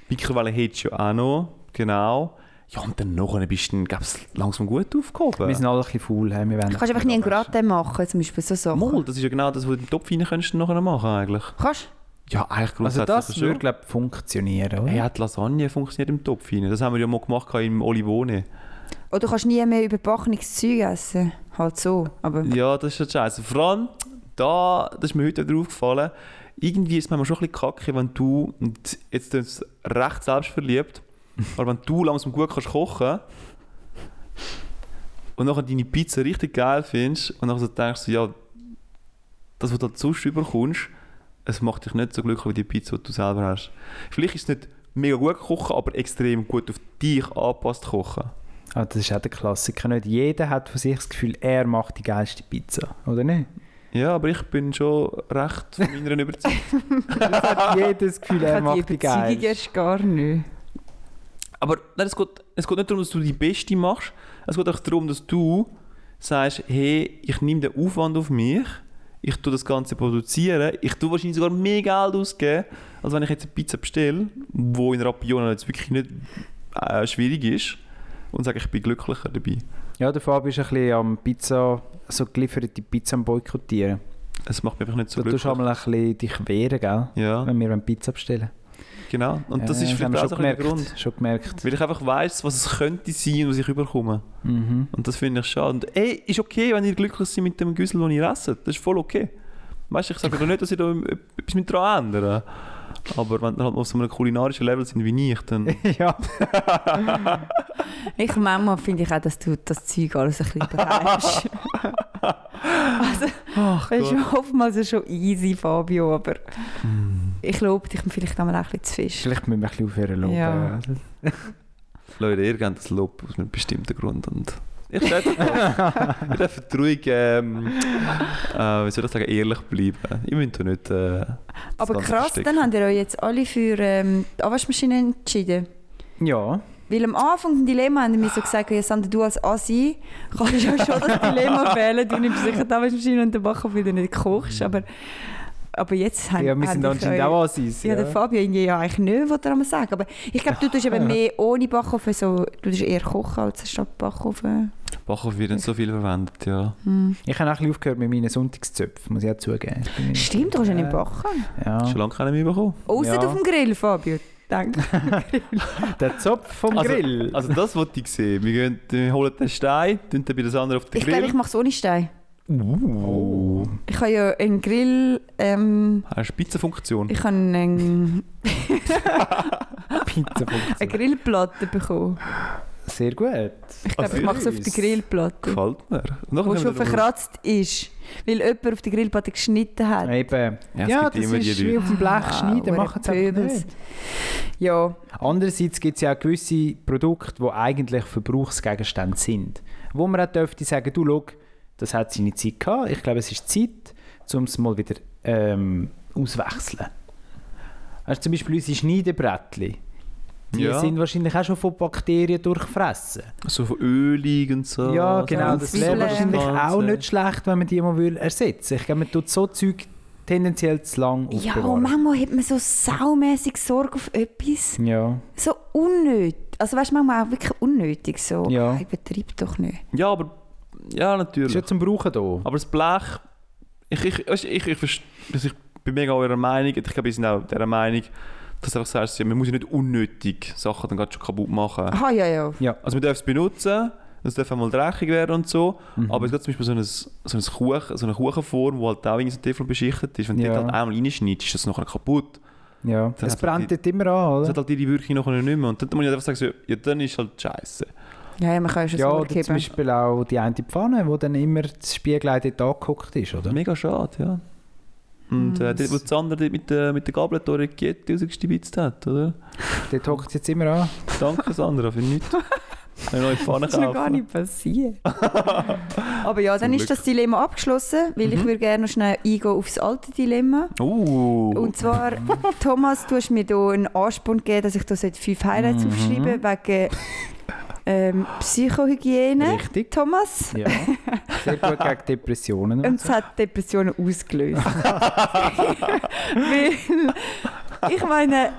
Speaker 3: Mikrowelle hättest du ja auch noch. Genau. Ja, und dann noch ein bisschen, glaube langsam gut aufgehoben.
Speaker 4: Wir sind alle ein bisschen faul. Hey. Wir wollen
Speaker 5: Kannst du einfach nie einen Gratin machen, zum Beispiel so Sachen.
Speaker 3: Mal, das ist ja genau das, was du im Topf rein könntest du nachher machen eigentlich.
Speaker 5: Kannst
Speaker 3: Ja, eigentlich
Speaker 4: Also
Speaker 3: grundsätzlich
Speaker 4: das
Speaker 3: schon.
Speaker 4: würde, glaube ich, funktionieren, oder?
Speaker 3: Hey, hat Lasagne funktioniert im Topf rein? Das haben wir ja mal gemacht gehabt im Olivone.
Speaker 5: Oder du kannst nie mehr überbackenes Zeug essen. Halt so, aber...
Speaker 3: Ja, das ist schon scheiße. Also Vor allem, da, das ist mir heute wieder aufgefallen, irgendwie ist es manchmal schon ein bisschen kacke, wenn du, und jetzt ist recht selbstverliebt, aber wenn du langsam gut kannst kochen und nachher deine Pizza richtig geil findest und nachher so denkst du, ja, das, was du halt sonst überkommst, es macht dich nicht so glücklich wie die Pizza, die du selber hast. Vielleicht ist es nicht mega gut kochen, aber extrem gut auf dich angepasst kochen.
Speaker 4: Ah, das ist auch der Klassiker. Nicht jeder hat von sich das Gefühl, er macht die geilste Pizza, oder nicht?
Speaker 3: Ja, aber ich bin schon recht von meiner Überzeugung.
Speaker 5: [LAUGHS]
Speaker 4: Jeder das Gefühl, er
Speaker 5: ich habe die
Speaker 4: macht die
Speaker 5: Überzeugung
Speaker 4: geilste.
Speaker 5: erst gar nicht.
Speaker 3: Aber nein, es, geht, es geht nicht darum, dass du die Beste machst. Es geht auch darum, dass du sagst, hey, ich nehme den Aufwand auf mich, ich tue das Ganze produzieren, ich tue wahrscheinlich sogar mehr Geld ausgeben, als wenn ich jetzt eine Pizza bestelle, wo in Rapiona jetzt wirklich nicht äh, schwierig ist, und sage, ich bin glücklicher dabei.
Speaker 4: Ja, der Fabio ist ein bisschen am Pizza, so gelieferte Pizza am Boykottieren.
Speaker 3: Es macht mich einfach nicht so
Speaker 4: du tust
Speaker 3: glücklich.
Speaker 4: einmal ein bisschen dich wehren, gell?
Speaker 3: Ja.
Speaker 4: Wenn wir Pizza bestellen.
Speaker 3: genau. Und das
Speaker 4: Ja,
Speaker 3: ist vielleicht
Speaker 4: haben wir
Speaker 3: auch
Speaker 4: schon
Speaker 3: so ein
Speaker 4: gemerkt.
Speaker 3: Grund.
Speaker 4: Schon gemerkt.
Speaker 3: Weil ich einfach weiss, was es könnte sein, was ich überkomme.
Speaker 4: Mhm.
Speaker 3: Und das finde ich schade. Und ey, ist okay, wenn ihr glücklich seid mit dem Güssel, den ihr esset. Das ist voll okay. Weißt du, ich sage doch nicht, dass ihr da etwas mit dran ändern. Aber wenn ihr halt auf so einem kulinarischen Level sind wie ich, dann.
Speaker 4: Mhm. ja.
Speaker 5: Ich manchmal finde ich auch, dass du das Zeug alles ein bisschen
Speaker 4: [LAUGHS]
Speaker 5: überhebst. also, das ist oftmals schon easy, Fabio, aber
Speaker 4: Hm.
Speaker 5: ich lobe dich vielleicht einmal auch ein bisschen zu fest.
Speaker 4: Vielleicht müssen wir ein bisschen aufhören loben.
Speaker 5: Ja.
Speaker 3: [LAUGHS] Leute, ihr gebt das Lob aus einem bestimmten Grund. Und ich [LAUGHS] schätze das. ihr dürft ruhig, ähm, äh, wie soll ich sagen, ehrlich bleiben. Ihr müsst doch nicht. Äh, das
Speaker 5: Aber
Speaker 3: Ganze
Speaker 5: krass,
Speaker 3: verstecken.
Speaker 5: dann habt ihr euch jetzt alle für ähm, die Waschmaschine entschieden.
Speaker 4: ja.
Speaker 5: Weil am Anfang im Dilemma haben wir so gesagt, ja, Sander, du als Asi kannst ja schon
Speaker 4: [LAUGHS]
Speaker 5: das Dilemma wählen. Du nimmst sicher die Waschmaschine und den Backofen, weil du nicht kochst. Aber, aber jetzt haben
Speaker 4: Mhm. ja, wir sind
Speaker 5: habt ihr
Speaker 4: anscheinend
Speaker 5: euch-
Speaker 4: auch Assis.
Speaker 5: Ja, der Fabio irgendwie ja eigentlich nicht, was er einmal sagt. Aber ich glaube, du tust eben mehr ohne Backofen, so, du tust eher kochen als statt Backofen.
Speaker 3: Backofen wird nicht so viel verwendet, ja.
Speaker 5: Hm.
Speaker 4: Ich habe auch ein bisschen aufgehört mit meinen Sonntagszöpfen, muss ich auch zugeben. Ich bin-
Speaker 5: Stimmt, du kannst ja nicht backen.
Speaker 4: Ja.
Speaker 3: Schon lange keinen mehr bekommen.
Speaker 5: Außer
Speaker 4: Ja.
Speaker 5: auf dem Grill, Fabio. Danke.
Speaker 4: Der Zopf vom
Speaker 3: Also-
Speaker 4: Grill.
Speaker 3: Also, das wollte ich sehen. Wir, gehen, wir holen den Stein, tun den bei den anderen auf den
Speaker 5: Ich
Speaker 3: Grill.
Speaker 5: glaube, ich mache es ohne Stein.
Speaker 3: Uh.
Speaker 5: Ich habe ja einen Grill. Ähm,
Speaker 3: Eine Spitzenfunktion.
Speaker 5: ich habe einen,
Speaker 4: [LAUGHS] Pizza
Speaker 5: eine Grillplatte bekommen.
Speaker 4: Sehr gut.
Speaker 5: Ich glaube, ich mache es auf die Grillplatte.
Speaker 3: Gefällt mir. Und nachher
Speaker 5: Wo
Speaker 3: können wir
Speaker 5: schon
Speaker 3: darüber-
Speaker 5: verkratzt ist. Weil jemand auf die Grillplatte geschnitten hat.
Speaker 4: Eben.
Speaker 3: Ja,
Speaker 4: Ja,
Speaker 3: es gibt
Speaker 4: das
Speaker 3: immer die
Speaker 4: ist
Speaker 3: Leute.
Speaker 4: wie auf dem Blech
Speaker 5: Ah,
Speaker 4: schneiden,
Speaker 5: hure
Speaker 4: machen es einfach
Speaker 5: Pöbels.
Speaker 4: nicht.
Speaker 5: Ja,
Speaker 4: Andererseits gibt es ja auch gewisse Produkte, die eigentlich Verbrauchsgegenstände sind. Wo man auch dürfte sagen, du schau, das hat seine Zeit gehabt, ich glaube es ist Zeit, um es mal wieder ähm, auswechseln. Also zum Beispiel unsere Schneidebrettchen, die
Speaker 3: Ja.
Speaker 4: sind wahrscheinlich auch schon von Bakterien durchfressen.
Speaker 3: So von Ölig und so.
Speaker 4: ja genau,
Speaker 5: und
Speaker 4: das
Speaker 5: Zwiebeln.
Speaker 4: wäre wahrscheinlich auch
Speaker 3: Ganze.
Speaker 4: nicht schlecht, wenn man die mal will ersetzen Ich glaube, man tut so Zeug tendenziell zu lang
Speaker 5: ja und
Speaker 4: aufbewahren.
Speaker 5: manchmal hat man so saumässig Sorge auf etwas.
Speaker 4: ja,
Speaker 5: so unnötig. Also weißt du, manchmal auch wirklich unnötig so.
Speaker 4: Ja.
Speaker 5: Ah, Ich betreibe doch nicht.
Speaker 3: Ja, aber. Ja,
Speaker 4: ist
Speaker 3: natürlich.
Speaker 4: ja zum Brauchen da.
Speaker 3: Aber das Blech, ich, ich, ich, ich, ich, verst- also ich bin mega eurer Meinung, ich glaube, ich bin auch dieser Meinung, dass du einfach sagst, ja, man muss ja nicht unnötig Sachen dann gerade schon kaputt machen.
Speaker 5: Ah ja, ja.
Speaker 3: Also man darf es benutzen, es darf einmal dreckig werden und so,
Speaker 4: Mhm.
Speaker 3: aber es gibt zum Beispiel so eine, so eine, Kuchen, so eine Kuchenform, die halt auch irgendwie so Teflon beschichtet ist, wenn du
Speaker 4: Ja.
Speaker 3: dort halt einmal reinschneidest, ist das nachher kaputt.
Speaker 4: Ja,
Speaker 3: Dann
Speaker 4: es
Speaker 3: hat halt
Speaker 4: brennt
Speaker 3: die-
Speaker 4: dort immer an,
Speaker 3: Das
Speaker 4: oder?
Speaker 3: hat halt ihre Wirkung nachher nicht mehr und dann muss ich halt einfach sagen, so, ja, dann ist halt scheiße.
Speaker 5: Ja, ja man kann ja schon
Speaker 4: Ja,
Speaker 5: so
Speaker 4: oder zum
Speaker 5: geben.
Speaker 4: Beispiel auch die eine Pfanne, wo dann immer das Spiegelei dort angeguckt ist, oder?
Speaker 3: Mega schade, ja. Und
Speaker 5: Hm.
Speaker 3: äh, dort, wo das andere dort mit, der- mit der Gabel die Orecchietti rausgestibitzt hat, oder?
Speaker 4: Dort hockt es jetzt immer an.
Speaker 3: Danke Sandra für
Speaker 5: [LAUGHS]
Speaker 3: nichts. Eine neue Pfanne
Speaker 5: Das ist noch gar
Speaker 3: kaufen.
Speaker 5: nicht passiert. Aber ja, dann
Speaker 3: Zum
Speaker 5: ist das Dilemma abgeschlossen, weil ich würde gerne noch schnell eingehen auf das alte Dilemma.
Speaker 3: Uh.
Speaker 5: Und zwar, Thomas, du hast mir hier einen Ansporn gegeben, dass ich da sollte fünf Highlights aufschreiben wegen ähm, Psychohygiene.
Speaker 4: Richtig.
Speaker 5: Thomas,
Speaker 4: Ja. Sehr gut gegen Depressionen.
Speaker 5: Und es hat Depressionen ausgelöst. [LAUGHS] Weil, ich meine,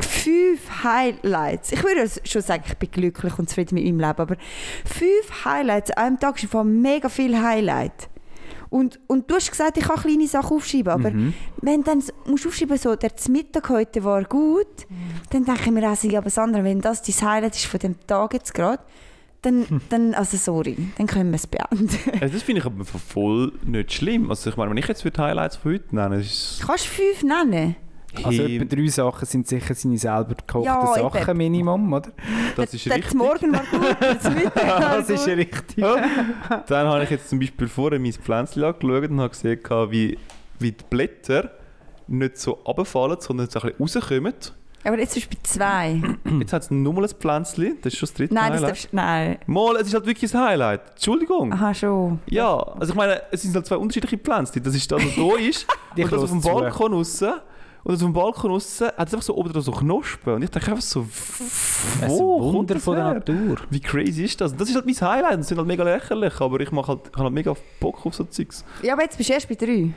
Speaker 5: fünf Highlights. Ich würde ja schon sagen, ich bin glücklich und zufrieden mit meinem Leben, aber fünf Highlights an einem Tag ist einfach mega viel Highlight. Und, und du hast gesagt, ich kann kleine Sachen aufschreiben, aber wenn dann s- musst du aufschreiben, so, der Mittag heute war gut, dann denke ich mir auch, so, ja, aber Sandra, wenn das dein Highlight ist von dem Tag jetzt gerade, dann, dann, also sorry, dann können wir es beenden.
Speaker 3: Also das finde ich aber voll nicht schlimm. Also ich meine, wenn ich jetzt für die Highlights von heute nenne, ist
Speaker 5: Kannst du fünf nennen?
Speaker 3: es...
Speaker 4: Also
Speaker 3: Hey,
Speaker 4: etwa drei Sachen sind sicher seine selber gekochten
Speaker 5: Ja, eben.
Speaker 4: Sachen, Minimum, oder?
Speaker 3: das ist
Speaker 5: Der-
Speaker 3: richtig.
Speaker 5: Der Morgen war gut, der Mittag war
Speaker 4: Das ist
Speaker 5: gut.
Speaker 4: richtig.
Speaker 3: Dann habe ich jetzt zum Beispiel vorher mein Pflänzchen angeschaut und habe gesehen, wie, wie die Blätter nicht so runterfallen, sondern so ein bisschen rauskommen.
Speaker 5: Aber jetzt bist du bei zwei.
Speaker 4: Hm.
Speaker 3: Jetzt hat es nur mal ein Pflänzchen, das ist schon das dritte
Speaker 5: Nein, das
Speaker 3: Highlight.
Speaker 5: darfst du... Nein.
Speaker 3: Mal, es ist halt wirklich ein Highlight. Entschuldigung.
Speaker 5: Aha, schon.
Speaker 3: Ja, also ich meine, es sind halt zwei unterschiedliche Pflanzen. Das ist das, was da
Speaker 5: [LAUGHS]
Speaker 3: ist.
Speaker 4: Ich
Speaker 3: und das auf dem
Speaker 4: lass zu.
Speaker 3: Balkon aussen. Und das auf dem Balkon aussen hat es einfach so oben dran so Knospen. Und ich denke einfach so,
Speaker 4: Ein
Speaker 3: wo kommt
Speaker 4: Wunder
Speaker 3: das
Speaker 4: von der
Speaker 3: her?
Speaker 4: Natur.
Speaker 3: Wie crazy ist das? Und Das ist halt mein Highlight. Das sind halt mega lächerlich, aber ich mache halt, ich habe halt mega Bock auf so Zeugs.
Speaker 5: Ja, aber jetzt bist du erst bei drei.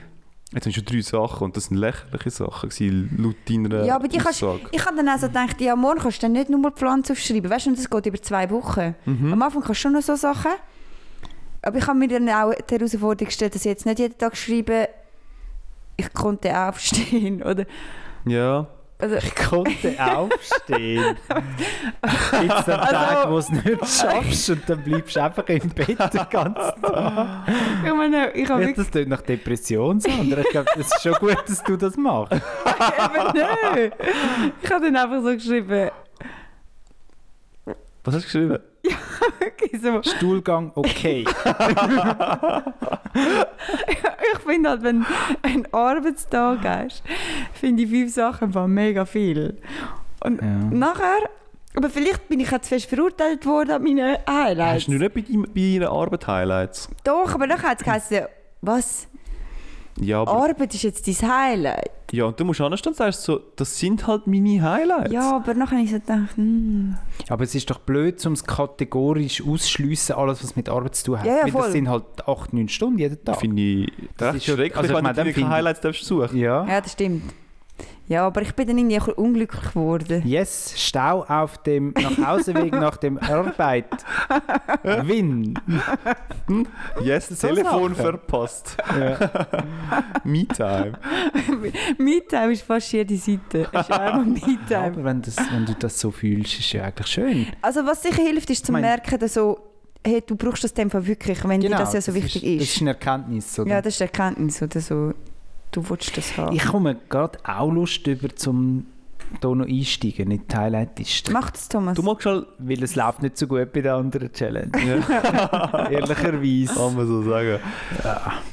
Speaker 3: Jetzt sind schon drei Sachen und das sind lächerliche Sachen gewesen, laut deiner
Speaker 5: Ja, aber die kannst-
Speaker 3: Aussage.
Speaker 5: Ich habe dann also gedacht, ja, morgen kannst du dann nicht nur mal Pflanzen aufschreiben. Weißt du, und das geht über zwei Wochen. Am Anfang kannst du schon noch so Sachen. Aber ich habe mir dann auch die Herausforderung gestellt, dass ich [LAUGHS] jetzt nicht jeden Tag schreibe, ich konnte aufstehen. Oder
Speaker 3: Ja,
Speaker 5: Also,
Speaker 4: Ich konnte aufstehen. Gibt es einen Tag, wo du es nicht schaffst und dann bleibst du einfach im Bett den ganzen Tag?
Speaker 5: ich meine, ich habe
Speaker 4: Ja,
Speaker 5: wirklich
Speaker 4: das klingt nach Depression so, und ich glaube, es ist schon gut, dass du das machst.
Speaker 5: eben nicht. Ich habe dann einfach so geschrieben,
Speaker 3: Was hast du geschrieben?
Speaker 5: wirklich so.
Speaker 4: Stuhlgang okay.
Speaker 5: Ich finde halt, wenn ein Arbeitstag hast, finde ich fünf Sachen einfach mega viel. Und
Speaker 4: Ja.
Speaker 5: nachher, aber vielleicht bin ich jetzt fest verurteilt worden an meinen
Speaker 3: Hast
Speaker 5: Highlights.
Speaker 3: du nicht bei, deinem- bei deiner Arbeit Highlights?
Speaker 5: Doch, aber nachher hat es geheißen, was?
Speaker 3: Ja, aber,
Speaker 4: Ah.
Speaker 5: Arbeit ist jetzt dein Highlight?
Speaker 3: ja, und du musst anstehen und sagst so, das sind halt meine Highlights.
Speaker 5: Ja, aber nachher habe ich so gedacht, hm.
Speaker 4: Aber es ist doch blöd, um es kategorisch ausschliessen, alles, was mit Arbeit zu tun hat.
Speaker 5: Ja, ja,
Speaker 4: Weil
Speaker 5: voll.
Speaker 4: das sind halt 8, 9 Stunden jeden Tag.
Speaker 3: Finde ich recht
Speaker 4: Das ist ja-
Speaker 3: schrecklich,
Speaker 4: also ich
Speaker 3: wenn
Speaker 4: meine,
Speaker 3: du
Speaker 4: dann
Speaker 3: dir keine
Speaker 4: finde-
Speaker 3: Highlights darfst suchen.
Speaker 4: Ja.
Speaker 5: Ja, das stimmt. Ja, aber ich bin dann irgendwie auch unglücklich
Speaker 4: [LAUGHS]
Speaker 5: geworden.
Speaker 4: Yes, Stau auf dem Nachhauseweg nach dem Arbeit. Win.
Speaker 3: Yes,
Speaker 4: So
Speaker 3: Telefon
Speaker 4: Sachen. [LAUGHS]
Speaker 3: verpasst.
Speaker 4: Ja.
Speaker 3: Me-Time.
Speaker 5: Meetime ist fast jede Seite. Es ist einfach
Speaker 4: [LAUGHS]
Speaker 5: Meetime.
Speaker 4: Aber wenn, das, wenn du das so fühlst, ist ja eigentlich schön.
Speaker 5: Also was sicher hilft, ist zu
Speaker 4: Ich mein-
Speaker 5: merken, dass so, hey, du brauchst das Tempo wirklich, wenn dir das ja so
Speaker 4: ist.
Speaker 5: wichtig
Speaker 4: Genau. Das ist
Speaker 5: ist.
Speaker 4: eine Erkenntnis. Oder?
Speaker 5: ja, das ist Erkenntnis oder so. Du willst das haben.
Speaker 4: ich komme gerade auch Lust über zum hier noch einsteigen, nicht Highlight-Liste.
Speaker 5: Mach das, Thomas.
Speaker 3: Du magst halt...
Speaker 4: Weil es läuft nicht so gut bei der anderen Challenge.
Speaker 5: [LAUGHS]
Speaker 4: [LAUGHS] Ehrlicherweise.
Speaker 3: Kann man so sagen.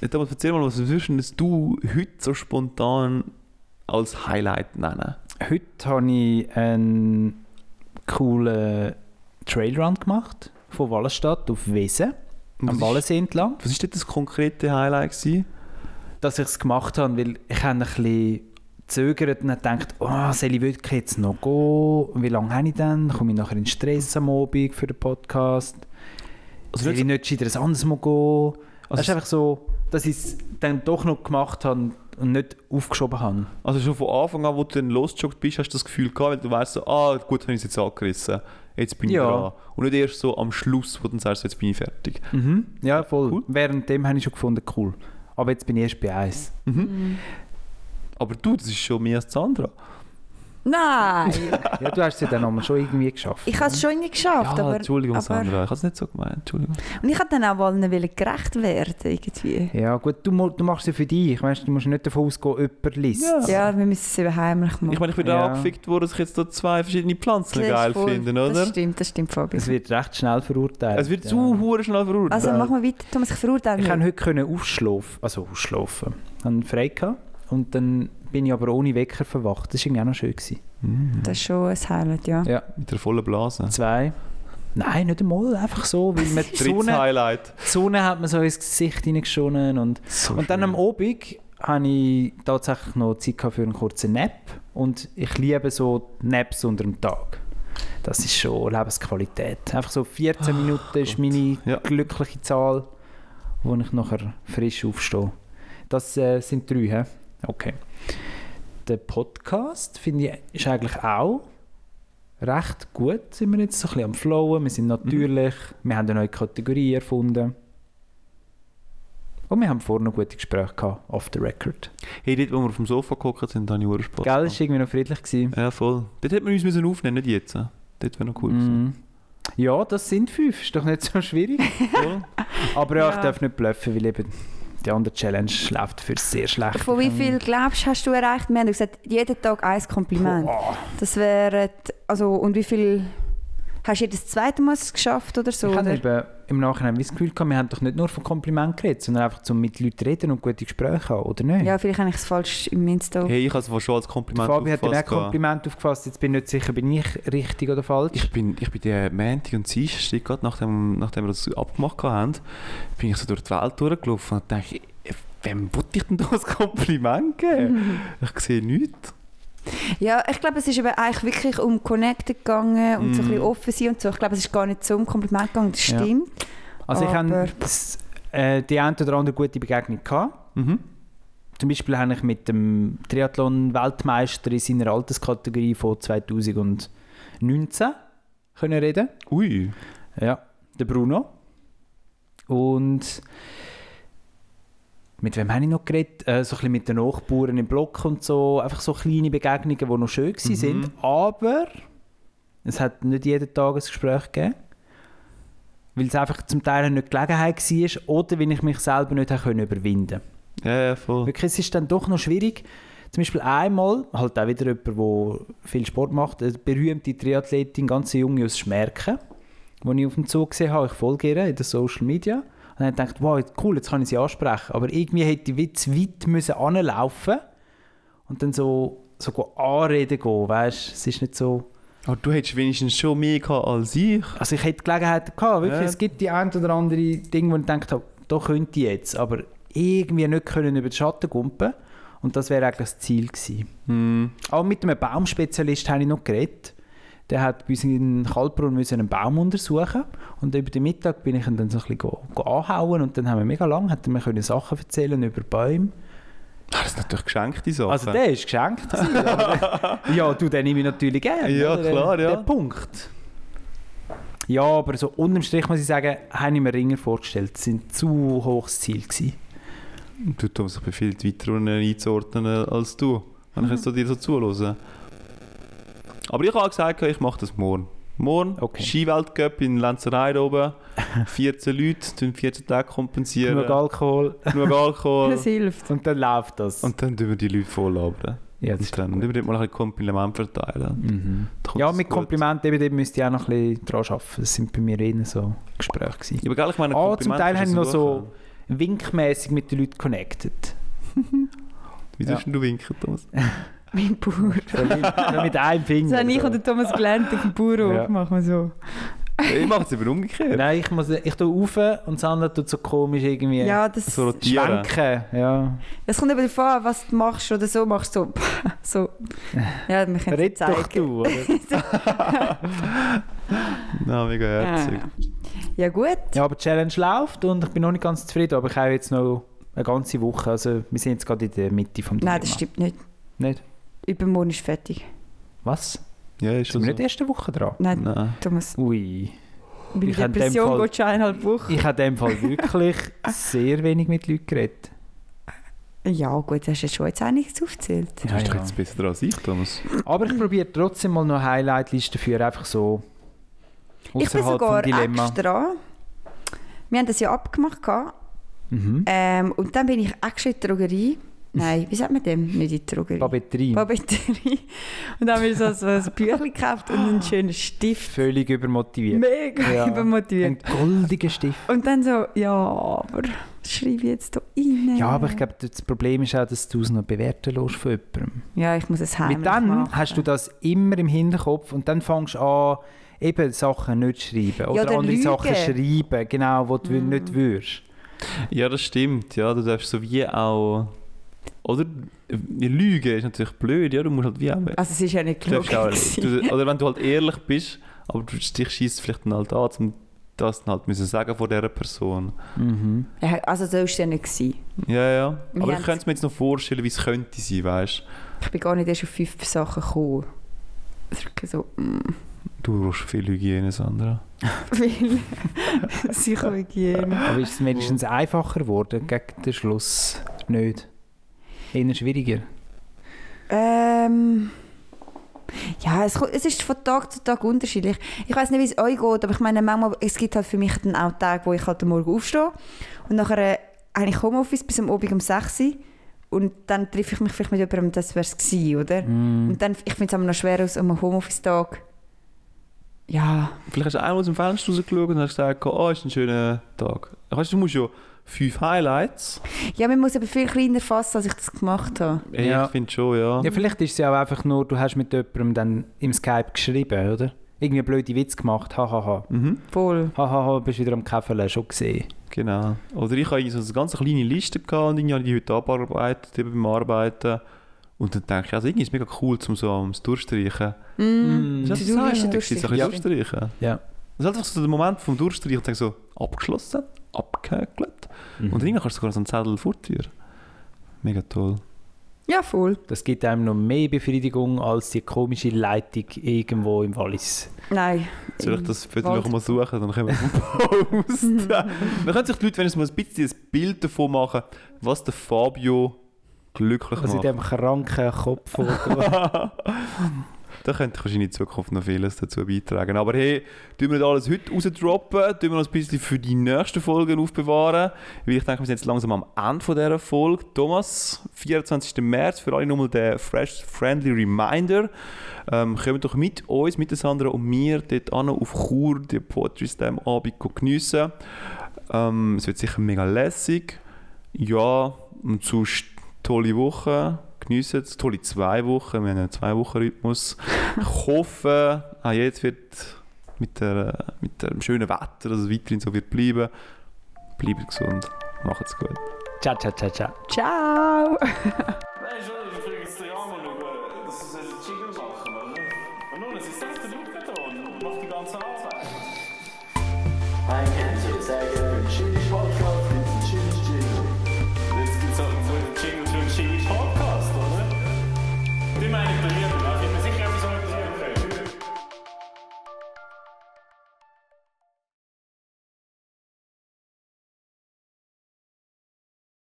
Speaker 3: Jetzt Thomas, erzähl mal, was würdest du heute so spontan als Highlight nennen?
Speaker 4: Heute habe ich einen coolen Trailrun gemacht. Von Wallenstadt auf Wesen,
Speaker 3: Was
Speaker 4: am
Speaker 3: ist-
Speaker 4: Wallensee entlang.
Speaker 3: Was war denn das konkrete Highlight? Gewesen?
Speaker 4: Dass ich es gemacht habe, weil ich habe ein bisschen gezögert und habe gedacht, oh, soll ich wirklich jetzt noch gehen? Wie lange habe ich denn? Komme ich nachher in Stress am Abend für den Podcast?
Speaker 3: Also
Speaker 4: soll
Speaker 3: nicht-
Speaker 4: ich nicht gescheiter ein anderes Mal gehen?
Speaker 3: Also
Speaker 4: Also es ist
Speaker 3: es-
Speaker 4: einfach so, dass ich es dann doch noch gemacht habe und nicht aufgeschoben habe.
Speaker 3: Also schon von Anfang an, wo du dann losgejoggt bist, hast du das Gefühl gehabt, weil du weißt so, ah gut, habe ich es jetzt angerissen. Jetzt bin ich
Speaker 4: Ja.
Speaker 3: dran. Und nicht erst so am Schluss, wo du dann sagst, jetzt bin ich fertig.
Speaker 4: Mhm. Ja, voll.
Speaker 3: Cool.
Speaker 4: Währenddem habe ich schon gefunden, cool. Aber jetzt bin ich erst bei 1.
Speaker 3: Mhm.
Speaker 5: Hm.
Speaker 3: Aber du, das ist schon mehr als Sandra.
Speaker 5: Nein!
Speaker 4: Ja, du hast es ja dann einmal schon irgendwie geschafft.
Speaker 5: [LAUGHS] ich habe es schon nicht geschafft.
Speaker 3: ja,
Speaker 5: aber,
Speaker 3: Entschuldigung,
Speaker 5: aber,
Speaker 3: Sandra, ich habe es nicht so gemeint. Entschuldigung.
Speaker 5: Und ich wollte dann auch allen wollen gerecht werden. Irgendwie.
Speaker 4: ne? Ja, gut, du, mu- du machst es ja für dich. Weißt, du musst nicht davon ausgehen, jemand liest. es.
Speaker 5: Ja, wir müssen es eben heimlich machen.
Speaker 3: Ich meine, ich bin
Speaker 4: Ja.
Speaker 3: da angefickt worden, dass ich jetzt da zwei verschiedene Pflanzen
Speaker 5: Das ist
Speaker 3: geil
Speaker 5: voll-
Speaker 3: finde,
Speaker 5: Das
Speaker 3: oder?
Speaker 5: stimmt, das stimmt, Fabi.
Speaker 4: Es wird recht schnell verurteilt.
Speaker 3: Es wird
Speaker 4: ja.
Speaker 3: zu hure schnell verurteilt.
Speaker 5: Also machen wir weiter, Thomas, ich
Speaker 4: Ich
Speaker 5: verurteile mich.
Speaker 4: kann heute können ausschlafen, also ausschlafen. Dann frei gehabt und dann bin ich aber ohne Wecker verwacht. Das war irgendwie auch noch schön. Gewesen.
Speaker 5: Das ist schon ein Highlight, ja.
Speaker 3: Mhm. Mit der vollen Blase.
Speaker 4: Zwei. Nein, nicht einmal, einfach so,
Speaker 3: [LAUGHS]
Speaker 4: weil mit die
Speaker 3: Drittes
Speaker 4: Sonne,
Speaker 3: Highlight.
Speaker 4: die Sonne hat mir so ins Gesicht hineingeschonen und
Speaker 3: So
Speaker 4: Und dann
Speaker 3: schön.
Speaker 4: am Abend hatte ich tatsächlich noch Zeit gehabt für einen kurzen Nap. Und ich liebe so Naps unter dem Tag. Das ist schon Lebensqualität. Einfach so 14 Minuten ist meine
Speaker 3: Ja.
Speaker 4: glückliche Zahl, wo ich nachher frisch aufstehe. Das äh, sind drei, hä? Okay. Der Podcast, finde ich, ist eigentlich auch recht gut. Sind wir jetzt so ein bisschen am Flowen, wir sind natürlich, wir haben eine neue Kategorie erfunden. Und wir haben vorher noch gute Gespräche gehabt, off the record.
Speaker 3: Hey, dort, wo wir auf dem Sofa geguckt sind, habe ich hure Spaß.
Speaker 4: Gell, es war irgendwie noch friedlich. Gewesen.
Speaker 3: Ja, voll. Dort hätten wir uns müssen aufnehmen, nicht jetzt. äh. Dort wäre noch cool gewesen.
Speaker 4: Mhm. Ja, das sind fünf, ist doch nicht so schwierig.
Speaker 3: [LAUGHS] Voll.
Speaker 4: Aber ja,
Speaker 5: Ja.
Speaker 4: ich darf nicht bluffen, weil eben die andere Challenge läuft für sehr schlecht.
Speaker 5: Von wie viel glaubst du, hast du erreicht? Wir haben gesagt, jeden Tag ein Kompliment.
Speaker 4: Boah.
Speaker 5: Das wäre, also, und wie viel, hast du jedes zweite Mal es geschafft oder so?
Speaker 4: ich habe
Speaker 5: oder?
Speaker 4: eben im Nachhinein wie das Gefühl gehabt, wir haben doch nicht nur von Komplimenten geredet, sondern einfach zum mit Leuten reden und gute Gespräche haben, oder nicht?
Speaker 5: Ja, vielleicht habe ich es falsch im Insta.
Speaker 3: Hey, ich habe es schon als Kompliment
Speaker 4: Fabi hat ihm auch
Speaker 3: aufgefasst gehabt.
Speaker 4: Kompliment aufgefasst, jetzt bin ich nicht sicher, bin ich richtig oder falsch?
Speaker 3: Ich bin, ich bin der Montag und Dienstag, gerade nachdem, nachdem wir das abgemacht haben, bin ich so durch die Welt durchgelaufen und dachte, eh, wem wollte ich denn da ein Kompliment geben? Ich sehe nichts.
Speaker 5: Ja, ich glaube, es ist eben eigentlich wirklich um Connected gegangen und so ein bisschen offen sein und so. Ich glaube, es ist gar nicht so um Kompliment gegangen, das
Speaker 4: Mhm. Ja.
Speaker 5: stimmt.
Speaker 4: Also ich
Speaker 5: Aber-
Speaker 4: habe s- äh, die eine oder andere gute Begegnung gehabt.
Speaker 3: Mhm.
Speaker 4: Zum Beispiel habe ich mit dem Triathlon-Weltmeister in seiner Alterskategorie von 2019 können reden.
Speaker 3: Ui.
Speaker 4: Ja, der Bruno. Und mit wem habe ich noch geredet? Äh, so ein bisschen mit den Nachbarn im Block und so. Einfach so kleine Begegnungen, die noch schön waren. sind. Aber es hat nicht jeden Tag ein Gespräch gegeben. Weil es einfach zum Teil nicht Gelegenheit war oder weil ich mich selber nicht habe können überwinden
Speaker 3: Ja, ja, voll.
Speaker 4: Wirklich, es ist dann doch noch schwierig. Zum Beispiel einmal, halt auch wieder jemand, der viel Sport macht, eine berühmte Triathletin, ganz junge aus Schmerken, die ich auf dem Zug gesehen habe, ich folge ihr in den Social Media. Und dann dachte ich, wow, cool, jetzt kann ich sie ansprechen. Aber irgendwie hätte ich wie zu weit müssen anlaufen und dann so, so go anreden gehen, weißt Es ist nicht so...
Speaker 3: Aber du hättest wenigstens schon mehr gehabt als ich.
Speaker 4: Also ich hätte Gelegenheiten gehabt, wirklich.
Speaker 3: Ja.
Speaker 4: Es gibt die ein oder andere Dinge, wo ich gedacht habe, da könnte ich jetzt, aber irgendwie nicht können über den Schatten gumpen. Und das wäre eigentlich das Ziel gewesen.
Speaker 3: Hm.
Speaker 4: Auch mit einem Baumspezialist habe ich noch geredet. Der hat bei uns in Kalbrunn müssen einen Baum untersuchen und über den Mittag bin ich ihn dann so ein bisschen go, go anhauen und dann haben wir mega lang, hat er mir können Sachen erzählen über Bäume.
Speaker 3: Das ist natürlich geschenkte Sache.
Speaker 4: Also der ist
Speaker 3: [LAUGHS]
Speaker 4: geschenkt. gewesen, aber- ja, du, den nehme ich natürlich gerne.
Speaker 3: Ja,
Speaker 4: oder?
Speaker 3: klar, ja.
Speaker 4: Der Punkt. Ja, aber so unterm Strich muss ich sagen, habe ich mir Ringer vorgestellt. Das war ein zu hohes Ziel. Gewesen.
Speaker 3: Du Thomas, ich bin viel weiter unten einzuordnen äh, als du, wenn ich
Speaker 4: Mhm.
Speaker 3: jetzt so dir so zuhöre. Aber ich habe gesagt, ich mache das morgen. Morgen,
Speaker 4: Okay.
Speaker 3: Skiweltcup in Lenzerheide da
Speaker 4: [LAUGHS]
Speaker 3: oben. 14 Leute, tun 14 Tage kompensieren.
Speaker 4: Genug Alkohol
Speaker 3: Genug Alkohol.
Speaker 5: Das hilft.
Speaker 4: und dann läuft das.
Speaker 3: Und dann tun wir die Leute volllabern.
Speaker 4: ja,
Speaker 3: Und dann tun wir dort mal ein bisschen Kompliment verteilen.
Speaker 4: Mhm.
Speaker 3: Dann kommt
Speaker 4: ja,
Speaker 3: das
Speaker 4: mit
Speaker 3: gut.
Speaker 4: Komplimenten eben, dort müsste ich auch noch ein bisschen dran arbeiten. Das sind bei mir eher so Gespräche. Gewesen.
Speaker 3: Ja, aber gell, ich meine,
Speaker 4: Ah, zum
Speaker 3: Kompliment
Speaker 4: Teil
Speaker 3: ist
Speaker 4: haben
Speaker 3: ein
Speaker 4: wir noch
Speaker 3: Suchen.
Speaker 4: so winkmäßig mit den Leuten connected. [LAUGHS]
Speaker 3: Wieso
Speaker 4: Ja.
Speaker 3: hast du winken, Thomas?
Speaker 5: Mein Bauer.
Speaker 4: So mit, so mit einem Finger.
Speaker 5: Das haben ich
Speaker 4: so.
Speaker 5: und der Thomas gelernt auf dem Bauernhof.
Speaker 4: Ja.
Speaker 5: Machen wir so.
Speaker 3: ich mache es eben umgekehrt.
Speaker 4: Nein, ich muss, ich tue rauf und Sandra tut so komisch irgendwie
Speaker 5: Ja, das,
Speaker 3: So rotieren.
Speaker 4: schwenken. Ja.
Speaker 5: es kommt eben darauf an, was du machst oder so. [LAUGHS] Machst du so. so. Ja, wir können es
Speaker 4: Red doch
Speaker 5: zeigen.
Speaker 4: du. Oder?
Speaker 3: Nein, mega herzig.
Speaker 4: Ah.
Speaker 5: Ja. ja, gut.
Speaker 4: [LAUGHS] Ja, aber die Challenge läuft und ich bin noch nicht ganz zufrieden, aber ich habe jetzt noch eine ganze Woche. Also wir sind jetzt gerade in der Mitte vom
Speaker 5: Nein, das stimmt nicht.
Speaker 4: Nicht?
Speaker 5: Übermorgen ist fertig.
Speaker 4: Was?
Speaker 3: Ja, ist schon
Speaker 4: Sind
Speaker 3: so.
Speaker 4: wir nicht die erste Woche dran?
Speaker 5: Nein,
Speaker 3: Nein.
Speaker 5: Thomas,
Speaker 4: Ui.
Speaker 5: meine
Speaker 4: Ich hab in dem
Speaker 5: Depression
Speaker 4: Fall-
Speaker 5: geht schon eineinhalb Wochen.
Speaker 4: Ich habe in dem Fall [LAUGHS] wirklich sehr wenig mit Leuten geredet.
Speaker 5: Ja, gut, hast du jetzt schon jetzt einiges aufgezählt.
Speaker 3: Du bist doch jetzt besser dran als ich, Thomas.
Speaker 4: Aber ich probiere trotzdem mal noch eine Highlight-Liste für einfach so
Speaker 5: Ich bin
Speaker 4: ausserhalb
Speaker 5: sogar
Speaker 4: vom Dilemma.
Speaker 5: extra. Wir haben das ja abgemacht. gehabt.
Speaker 4: Mhm.
Speaker 5: Ähm, und dann bin ich extra in
Speaker 4: [LAUGHS]
Speaker 5: die Drogerie. Nein, wie sagt man dem? Nicht in die Drogerie.
Speaker 4: Babetrin.
Speaker 5: Papeterie. [LAUGHS] Und dann haben wir so, so ein Büchlein gekauft und einen schönen Stift.
Speaker 4: Völlig übermotiviert.
Speaker 5: Mega
Speaker 4: Ja. Ein
Speaker 5: übermotiviert.
Speaker 4: goldiger Stift.
Speaker 5: Und dann so, ja, aber das schreibe ich jetzt hier rein.
Speaker 4: Ja, aber ich glaube, das Problem ist auch, dass du es noch bewerten lässt von jemandem.
Speaker 5: Ja, ich muss es heimlich
Speaker 4: Mit dann
Speaker 5: machen.
Speaker 4: hast du das immer im Hinterkopf und dann fängst du an, eben Sachen nicht zu schreiben oder
Speaker 5: oder
Speaker 4: andere
Speaker 5: lügen. Mhm.
Speaker 4: Sachen schreiben, genau, wo du nicht würdest.
Speaker 3: Ja, das stimmt. Ja, du darfst so wie auch. Oder äh, Lügen ist natürlich blöd, ja, du musst halt wie auch. Du
Speaker 5: Also es ist ja nicht
Speaker 3: darfst
Speaker 5: gelogen.
Speaker 3: auch
Speaker 5: gewesen.
Speaker 3: du, oder wenn du halt ehrlich bist, aber du dich schießt vielleicht dann halt an, um das dann halt müssen sagen von dieser Person.
Speaker 4: Mhm.
Speaker 5: Ja, Also so war es ja nicht. Gewesen.
Speaker 3: Ja, ja.
Speaker 5: Wir
Speaker 3: Aber ich
Speaker 5: haben's-
Speaker 3: könnte es mir jetzt noch vorstellen, wie es könnte sein, weißt
Speaker 5: Ich bin gar nicht erst auf fünf Sachen gekommen. Es ist wirklich so, mm,
Speaker 3: du? Du brauchst viel Hygiene, Sandra.
Speaker 5: [LAUGHS] viel Psychohygiene.
Speaker 4: Aber ist es wenigstens einfacher geworden gegen den Schluss? Nicht. Eher schwieriger.
Speaker 5: Ähm. Ja, es, ko- es ist von Tag zu Tag unterschiedlich. Ich weiß nicht, wie es euch geht, aber ich meine, manchmal, es gibt halt für mich dann auch Tage, wo ich halt am Morgen aufstehe und nachher äh, habe ich Homeoffice bis am Abend um 6 Uhr und dann treffe ich mich vielleicht mit jemandem, das wäre es gewesen, oder?
Speaker 3: Mm.
Speaker 5: Und dann, ich finde es immer noch schwer aus einem Homeoffice-Tag. Ja,
Speaker 3: Vielleicht hast du einmal aus dem Fenster rausgeschaut und hast gesagt, oh, ist ein schöner Tag. Weißt du, du musst ja fünf Highlights.
Speaker 5: ja, man muss aber viel kleiner fassen, als ich das gemacht habe.
Speaker 3: Ey,
Speaker 4: Ja.
Speaker 3: Ich finde schon, ja.
Speaker 4: Ja, vielleicht ist es ja auch einfach nur, du hast mit jemandem dann im Skype geschrieben, oder? Irgendwie einen blöden Witz gemacht, hahaha.
Speaker 3: Mhm.
Speaker 5: Voll.
Speaker 4: Hahaha, bist wieder am Käferle, schon gesehen.
Speaker 3: Genau. Oder ich hatte irgendwie so eine ganz kleine Liste gehabt und irgendwie habe ich die heute abgearbeitet eben beim Arbeiten. Und dann denke ich, also irgendwie ist es mega cool, um so am Durchstreichen.
Speaker 4: Mm.
Speaker 3: Das ist
Speaker 5: Du
Speaker 3: das
Speaker 5: willst
Speaker 3: Highlight,
Speaker 5: ja
Speaker 3: gewesen, so ein
Speaker 5: durchstreichen.
Speaker 3: bisschen durchstreichen.
Speaker 4: Ja.
Speaker 3: Das ist einfach so der Moment vom Durchstreichen, ich denke so, abgeschlossen,
Speaker 4: Mhm.
Speaker 3: abgehäkelt. Und dann kannst du sogar so einen Zettel fortführen. Mega toll.
Speaker 5: Ja, voll.
Speaker 4: Das gibt einem noch mehr Befriedigung als die komische Leitung irgendwo im Wallis.
Speaker 5: Nein.
Speaker 3: Soll ich das für dich
Speaker 5: Wald-
Speaker 3: noch mal suchen? Dann können wir es
Speaker 5: [LAUGHS]
Speaker 3: posten. Dann können sich die Leute wenigstens mal ein bisschen ein Bild davon machen, was der Fabio glücklich
Speaker 4: Also in
Speaker 3: macht.
Speaker 4: diesem kranken Kopf. vorgeht.
Speaker 3: Da könnte ich wahrscheinlich in Zukunft noch vieles dazu beitragen. Aber hey, tun wir nicht alles heute rausdroppen, tun wir uns ein bisschen für die nächsten Folgen aufbewahren. Weil ich denke, wir sind jetzt langsam am Ende von dieser Folge. Thomas, 24. März, für alle nochmal der Fresh Friendly Reminder. Ähm, kommt doch mit uns, mit der Sandra und mir, dort an auf Chur, die Poetry Slam Abend geniessen. Ähm, es wird sicher mega lässig. Ja, und sonst tolle Woche. Geniessen es. Tolle zwei Wochen. Wir haben einen Zwei-Wochen-Rhythmus. Ich hoffe, auch Ah, jetzt wird mit, der, mit dem schönen Wetter, dass es weiterhin so wird bleiben. Bleibt gesund. Macht's gut.
Speaker 4: ciao, ciao, ciao, ciao.
Speaker 5: Ciao.
Speaker 1: Nein, schon, ich kriege es dir einmal über. eh, nou, Das ist ein Jingle machen, oder? Und nun, es ist echt der Lukaton und macht die ganze Arbeit. halt